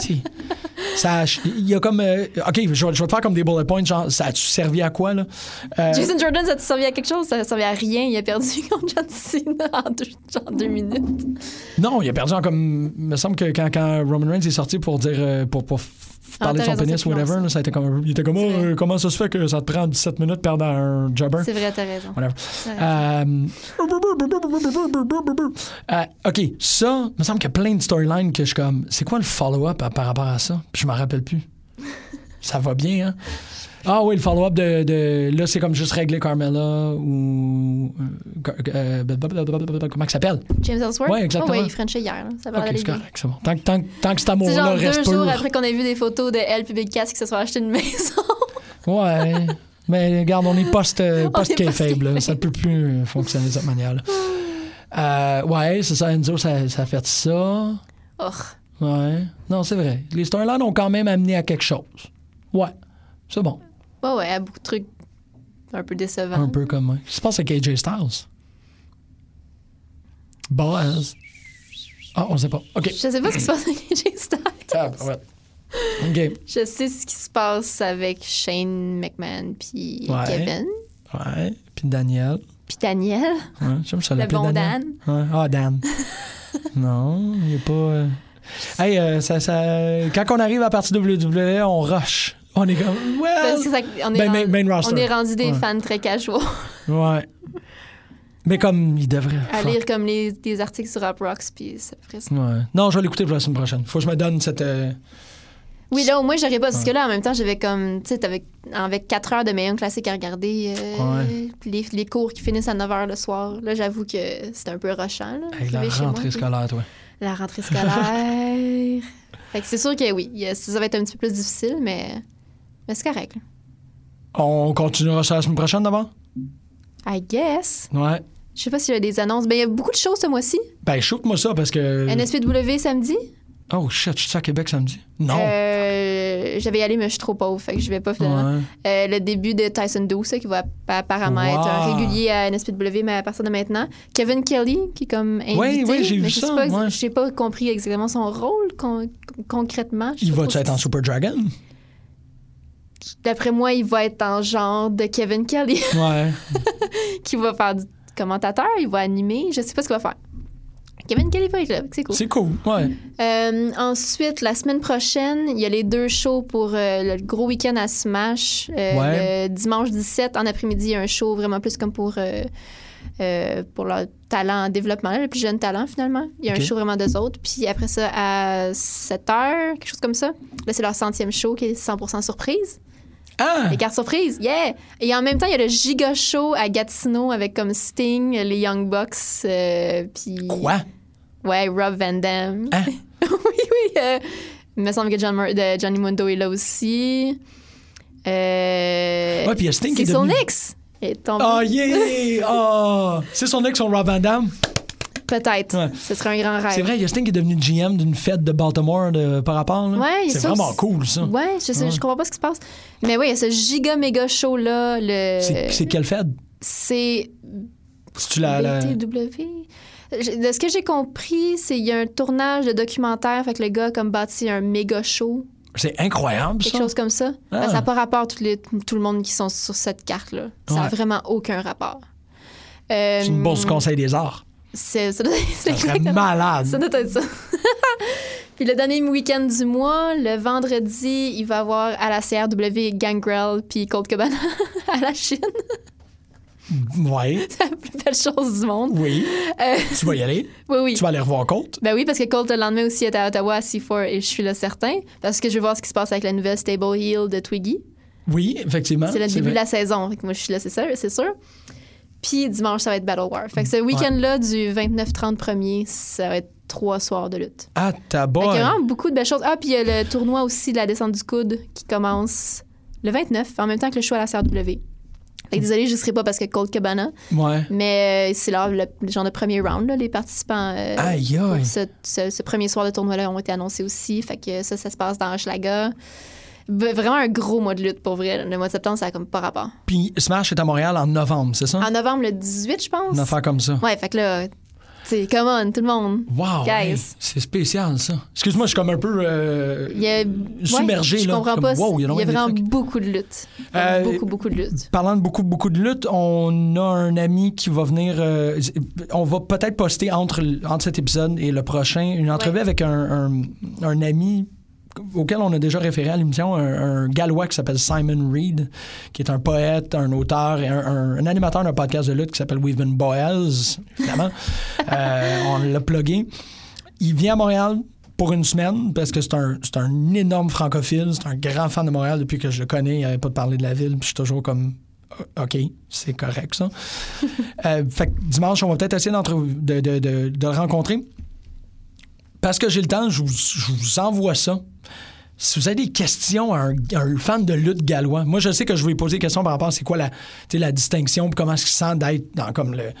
Speaker 3: si. Ça, a- il y a comme. euh, OK, je, vais- je vais te faire comme des bullet points, genre, ça a-tu servi à quoi, là? Euh,
Speaker 5: Jason Jordan, ça te servait à quelque chose? Ça ne servait à rien. Il a perdu <laughs> contre John Cena en deux, en deux minutes.
Speaker 3: non, il a perdu en comme. Il me semble que quand, quand Roman Reigns est sorti pour dire. euh, pour, pour f- f-
Speaker 5: Ah,
Speaker 3: parler de
Speaker 5: t'as
Speaker 3: son
Speaker 5: raison,
Speaker 3: pénis
Speaker 5: c'est
Speaker 3: ou whatever,
Speaker 5: plus long,
Speaker 3: là, ça a été comme. Il était comme,
Speaker 5: C'est
Speaker 3: oh,
Speaker 5: vrai.
Speaker 3: euh, comment ça se fait que ça te prend 17 minutes de perdre à un jobber?
Speaker 5: C'est vrai, t'as raison.
Speaker 3: Whatever.
Speaker 5: T'as
Speaker 3: Euh,
Speaker 5: raison.
Speaker 3: euh, OK, ça, il me semble qu'il y a plein de storylines que je suis comme. C'est quoi le follow-up à- par rapport à ça? Puis je m'en rappelle
Speaker 5: <laughs>
Speaker 3: plus. Ça va bien, hein? Ah oui, le follow-up de, de- Là, c'est comme juste régler Carmela ou. euh, euh, comment il s'appelle?
Speaker 5: James Ellsworth?
Speaker 3: Ouais, exactement.
Speaker 5: Oh, ouais, il frenchait hier. là. Ça
Speaker 3: Ok,
Speaker 5: parlait
Speaker 3: c'est
Speaker 5: bien.
Speaker 3: correct, c'est bon. Tant, que- tant que- tant que cet
Speaker 5: C'est
Speaker 3: amour-là
Speaker 5: genre deux
Speaker 3: reste
Speaker 5: jours
Speaker 3: pur.
Speaker 5: après qu'on ait vu des photos de elle puis Big Cass qui se sont acheté une maison. <laughs>
Speaker 3: Ouais. Mais regarde, on est post, euh,
Speaker 5: On
Speaker 3: post
Speaker 5: est post
Speaker 3: kayfabe, là.
Speaker 5: kayfabe.
Speaker 3: Ça peut plus euh, fonctionner de cette manière-là. Euh, ouais, c'est ça, Enzo, ça, ça a fait ça.
Speaker 5: oh.
Speaker 3: Ouais. Non, c'est vrai. Les storylines ont quand même amené à quelque chose. Ouais. C'est bon.
Speaker 5: Ouais, ouais, à beaucoup de trucs un peu décevants.
Speaker 3: Un peu comme. Qu'est-ce qui se passe avec AJ Styles? Buzz. Ah, on sait pas. OK.
Speaker 5: Je sais pas ce qui se passe avec <laughs> AJ Styles.
Speaker 3: Ah, ouais. OK.
Speaker 5: <laughs> Je sais ce qui se passe avec Shane McMahon puis
Speaker 3: Ouais.
Speaker 5: Kevin
Speaker 3: Ouais. Puis Daniel.
Speaker 5: puis Daniel.
Speaker 3: Ouais, j'aime ça
Speaker 5: Le
Speaker 3: l'appeler
Speaker 5: bon
Speaker 3: Daniel. Ouais. Ah,
Speaker 5: <laughs>
Speaker 3: Dan. non, il n'est pas. euh. Hey, euh, ça, ça... quand on arrive à la partie WWE, E, on rush. On est comme. Well.
Speaker 5: Parce que ça- on, est
Speaker 3: Ben,
Speaker 5: rendu,
Speaker 3: main- main roster.
Speaker 5: on est rendu des
Speaker 3: Ouais.
Speaker 5: fans très casual
Speaker 3: Ouais. Mais comme il devrait.
Speaker 5: à
Speaker 3: fuck.
Speaker 5: lire comme les, des articles sur Rap Rocks puis ça ferait ça.
Speaker 3: Ouais. Non, je vais l'écouter pour la semaine prochaine. Faut que je me donne cette. euh,
Speaker 5: Oui, là, au moins, j'aurais pas. Parce que
Speaker 3: Ouais.
Speaker 5: là, en même temps, j'avais comme. Tu sais, t'avais- avec 4 heures de meilleur classique à regarder, euh,
Speaker 3: Ouais.
Speaker 5: les, les cours qui finissent à 9 h le soir. Là, j'avoue que c'était un peu rushant. Là,
Speaker 3: Hey,
Speaker 5: Je
Speaker 3: la
Speaker 5: vais chez moi,
Speaker 3: rentrée
Speaker 5: puis-
Speaker 3: scolaire, toi.
Speaker 5: La
Speaker 3: <laughs>
Speaker 5: rentrée scolaire. fait que c'est sûr que oui, il y a- ça va être un petit peu plus difficile, mais, mais c'est correct. là.
Speaker 3: On continuera ça la semaine prochaine d'abord?
Speaker 5: I guess.
Speaker 3: Ouais.
Speaker 5: Je sais pas s'il y a des annonces. Ben, il y a beaucoup de choses ce mois-ci.
Speaker 3: Ben, shoot-moi ça parce que.
Speaker 5: NSPW samedi.
Speaker 3: Oh shit, je suis à Québec samedi. Non.
Speaker 5: Euh, J'avais y aller, mais je suis trop pauvre, fait que je vais pas finalement.
Speaker 3: Ouais.
Speaker 5: Euh, le début de Tyson Doe, ça, qui va app- apparemment être un
Speaker 3: Wow.
Speaker 5: régulier à NSPW, mais à partir de maintenant. Kevin Kelly, qui est comme invité.
Speaker 3: Oui, oui, j'ai
Speaker 5: mais
Speaker 3: vu
Speaker 5: je sais
Speaker 3: ça,
Speaker 5: Pas,
Speaker 3: ouais.
Speaker 5: J'ai pas compris exactement son rôle con- concrètement. Je sais
Speaker 3: Il
Speaker 5: pas
Speaker 3: va-tu
Speaker 5: trop
Speaker 3: être en
Speaker 5: si-
Speaker 3: Super Dragon?
Speaker 5: D'après moi, il va être en genre de Kevin Kelly, <laughs>
Speaker 3: Ouais.
Speaker 5: qui va faire du commentateur, il va animer, je sais pas ce qu'il va faire. Kevin Kelly va être là, c'est cool.
Speaker 3: C'est cool. Ouais.
Speaker 5: Euh, ensuite, la semaine prochaine, il y a les deux shows pour euh, le gros week-end à Smash. Euh,
Speaker 3: Ouais.
Speaker 5: Le dimanche 17, en après-midi, il y a un show vraiment plus comme pour, euh, euh, pour leur talent en développement, là, le plus jeune talent finalement. Il y a
Speaker 3: Ok.
Speaker 5: un show vraiment d'eux autres. Puis après ça, à 7 heures, quelque chose comme ça, là, c'est leur centième show qui est 100% surprise.
Speaker 3: Ah!
Speaker 5: Les cartes surprises, yeah! Et en même temps, il y a le giga show à Gatineau avec comme Sting, les Young Bucks, euh, puis...
Speaker 3: Quoi?
Speaker 5: Ouais, Rob Van Damme.
Speaker 3: Hein?
Speaker 5: <laughs> oui, oui. euh, il me semble que John Mur- de Johnny Mundo est là aussi. Euh,
Speaker 3: Ouais, puis il y a Sting qui est
Speaker 5: C'est son
Speaker 3: devenu-
Speaker 5: ex. Est tombé.
Speaker 3: Oh yeah!
Speaker 5: Ah.
Speaker 3: Oh! <laughs> C'est son ex, son Rob Van Damme.
Speaker 5: Peut-être.
Speaker 3: Ouais.
Speaker 5: Ce serait un grand rêve.
Speaker 3: C'est vrai, il y a Sting qui est devenu GM d'une fête de Baltimore de, par rapport. là.
Speaker 5: Ouais, il y a
Speaker 3: c'est
Speaker 5: ça
Speaker 3: vraiment
Speaker 5: aussi.
Speaker 3: cool, ça.
Speaker 5: Ouais, je, sais,
Speaker 3: Ouais.
Speaker 5: je comprends pas ce qui se passe. Mais oui, il y a ce giga méga show là. Le...
Speaker 3: C'est, c'est quelle fête?
Speaker 5: C'est
Speaker 3: C'est-tu la. la-
Speaker 5: BTW? Je- De ce que j'ai compris, c'est qu'il y a un tournage de documentaire, fait que le gars comme bâti un méga show,
Speaker 3: C'est incroyable,
Speaker 5: quelque
Speaker 3: ça.
Speaker 5: chose comme ça.
Speaker 3: Ah.
Speaker 5: Ben, ça n'a pas rapport à tout, les- tout le monde qui sont sur cette carte-là. Ça n'a
Speaker 3: Ouais.
Speaker 5: vraiment aucun rapport. Euh,
Speaker 3: C'est une bourse du Conseil des Arts.
Speaker 5: C'est ça doit- c'est
Speaker 3: Ça serait
Speaker 5: <laughs> exactement-
Speaker 3: malade.
Speaker 5: Ça doit être ça. <laughs> Puis le dernier week-end du mois, le vendredi, il va y avoir à la CRW Gangrel puis Cold Cabana <laughs> à la Chine.
Speaker 3: Ouais.
Speaker 5: la plus belle chose du monde.
Speaker 3: Oui.
Speaker 5: <laughs> Euh,
Speaker 3: Tu vas y aller.
Speaker 5: oui, oui.
Speaker 3: Tu vas aller revoir Colt.
Speaker 5: Ben oui, parce que Colt, le lendemain aussi, est à Ottawa à C4 et je suis là certain. Parce que je veux voir ce qui se passe avec la nouvelle Stable Heel de Twiggy.
Speaker 3: Oui, effectivement.
Speaker 5: C'est le début
Speaker 3: Hein? vrai.
Speaker 5: de la saison. Fait que moi, je suis là, c'est sûr, c'est sûr. Puis dimanche, ça va être Battle War. Fait que ce week-end-là, du 29-30 premier, ça va être trois soirs de lutte.
Speaker 3: Ah, ta
Speaker 5: Fait qu'il
Speaker 3: boy.
Speaker 5: y a vraiment beaucoup de belles choses. Ah, puis il y a le tournoi aussi de la descente du coude qui commence le 29, en même temps que le show à la CRW. Fait
Speaker 3: Hmm.
Speaker 5: que désolé, je serai pas parce que Cold Cabana,
Speaker 3: Ouais.
Speaker 5: mais euh, c'est leur, le, le genre de premier round, là, les participants. euh,
Speaker 3: Aïe,
Speaker 5: pour
Speaker 3: aïe.
Speaker 5: ce, ce- ce premier soir de tournoi-là ont été annoncés aussi. Fait que ça, ça se passe dans Hochelaga. V- Vraiment un gros mois de lutte pour vrai. Le mois de septembre, ça a comme pas rapport.
Speaker 3: Puis Smash est à Montréal en novembre, c'est ça?
Speaker 5: En novembre, le 18, je pense.
Speaker 3: Hein? Une affaire comme ça.
Speaker 5: Ouais, fait que là, tu sais, come on, tout le monde.
Speaker 3: Wow.
Speaker 5: Guys.
Speaker 3: hey, c'est spécial, ça. Excuse-moi, je suis comme un peu. euh,
Speaker 5: Il y a.
Speaker 3: Submergé,
Speaker 5: ouais, je
Speaker 3: là,
Speaker 5: comprends
Speaker 3: comme,
Speaker 5: pas.
Speaker 3: wow, il y a
Speaker 5: il y a
Speaker 3: des
Speaker 5: vraiment
Speaker 3: trucs.
Speaker 5: beaucoup de luttes.
Speaker 3: Euh,
Speaker 5: beaucoup, beaucoup de luttes.
Speaker 3: Parlant de beaucoup, beaucoup de lutte, on a un ami qui va venir. euh, on va peut-être poster entre, entre cet épisode et le prochain une entrevue
Speaker 5: Ouais.
Speaker 3: avec un, un- un ami auquel on a déjà référé à l'émission, un, un gallois qui s'appelle Simon Reed, qui est un poète, un auteur et un, un- un animateur d'un podcast de lutte qui s'appelle We've Been Boys, évidemment. Euh, on l'a plugué. Il vient à Montréal pour une semaine parce que c'est un, c'est un énorme francophile, c'est un grand fan de Montréal depuis que je le connais. Il n'avait pas de parler de la ville, puis je suis toujours comme oh, OK, c'est correct ça. Euh, fait que dimanche, on va peut-être essayer d'entre- de, de- de- de le rencontrer. Parce que j'ai le temps, je vous, je vous envoie ça. Si vous avez des questions à un, à un fan de lutte gallois, moi je sais que je vais lui poser des questions par rapport à c'est quoi la, tu sais, la distinction, puis comment est-ce qu'il sent d'être dans comme le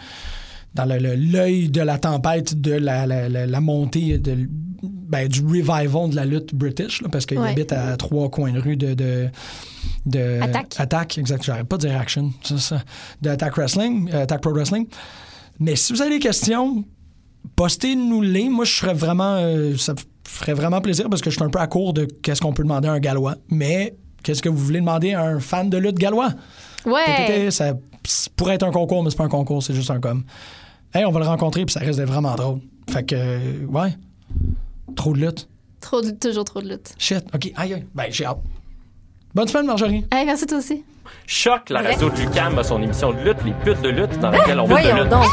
Speaker 3: dans le- le- l'œil de la tempête de la, la- la- la montée de, ben, du revival de la lutte british, là, parce qu'il
Speaker 5: Ouais.
Speaker 3: habite à trois coins de rue de, de, de-
Speaker 5: Attaque.
Speaker 3: Attaque, exact. J'arrête pas de dire action. C'est ça. De Attack Wrestling, euh, Attack Pro Wrestling. Mais si vous avez des questions, postez-nous-les. Moi, je serais vraiment. euh, ça me ferait vraiment plaisir parce que je suis un peu à court de qu'est-ce qu'on peut demander à un Gallois. Mais qu'est-ce que vous voulez demander à un fan de lutte Gallois?
Speaker 5: Ouais.
Speaker 3: Tétété, Ça pourrait être un concours, mais c'est pas un concours, c'est juste un com. Hey, on va le rencontrer, puis ça reste vraiment drôle. Fait que, euh, ouais. Trop de lutte.
Speaker 5: Trop de- toujours trop de lutte.
Speaker 3: Shit, OK. Aïe, aïe. Ben, j'ai hâte. Bonne semaine, Marjorie.
Speaker 5: Hey, merci toi aussi.
Speaker 1: Choc, la radio de Lucam a son émission de lutte, les putes de lutte, dans laquelle on va de
Speaker 2: Ben, Voyons
Speaker 1: lutte.
Speaker 2: donc.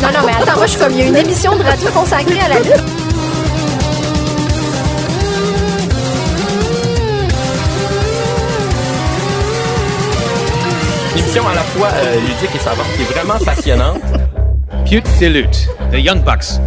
Speaker 2: Non, non, mais attends, moi, je suis comme, il y a une émission de radio consacrée à la lutte.
Speaker 1: Une émission à la fois euh, ludique et savante qui est vraiment passionnante.
Speaker 4: Pewt Dilute, The Young Bucks.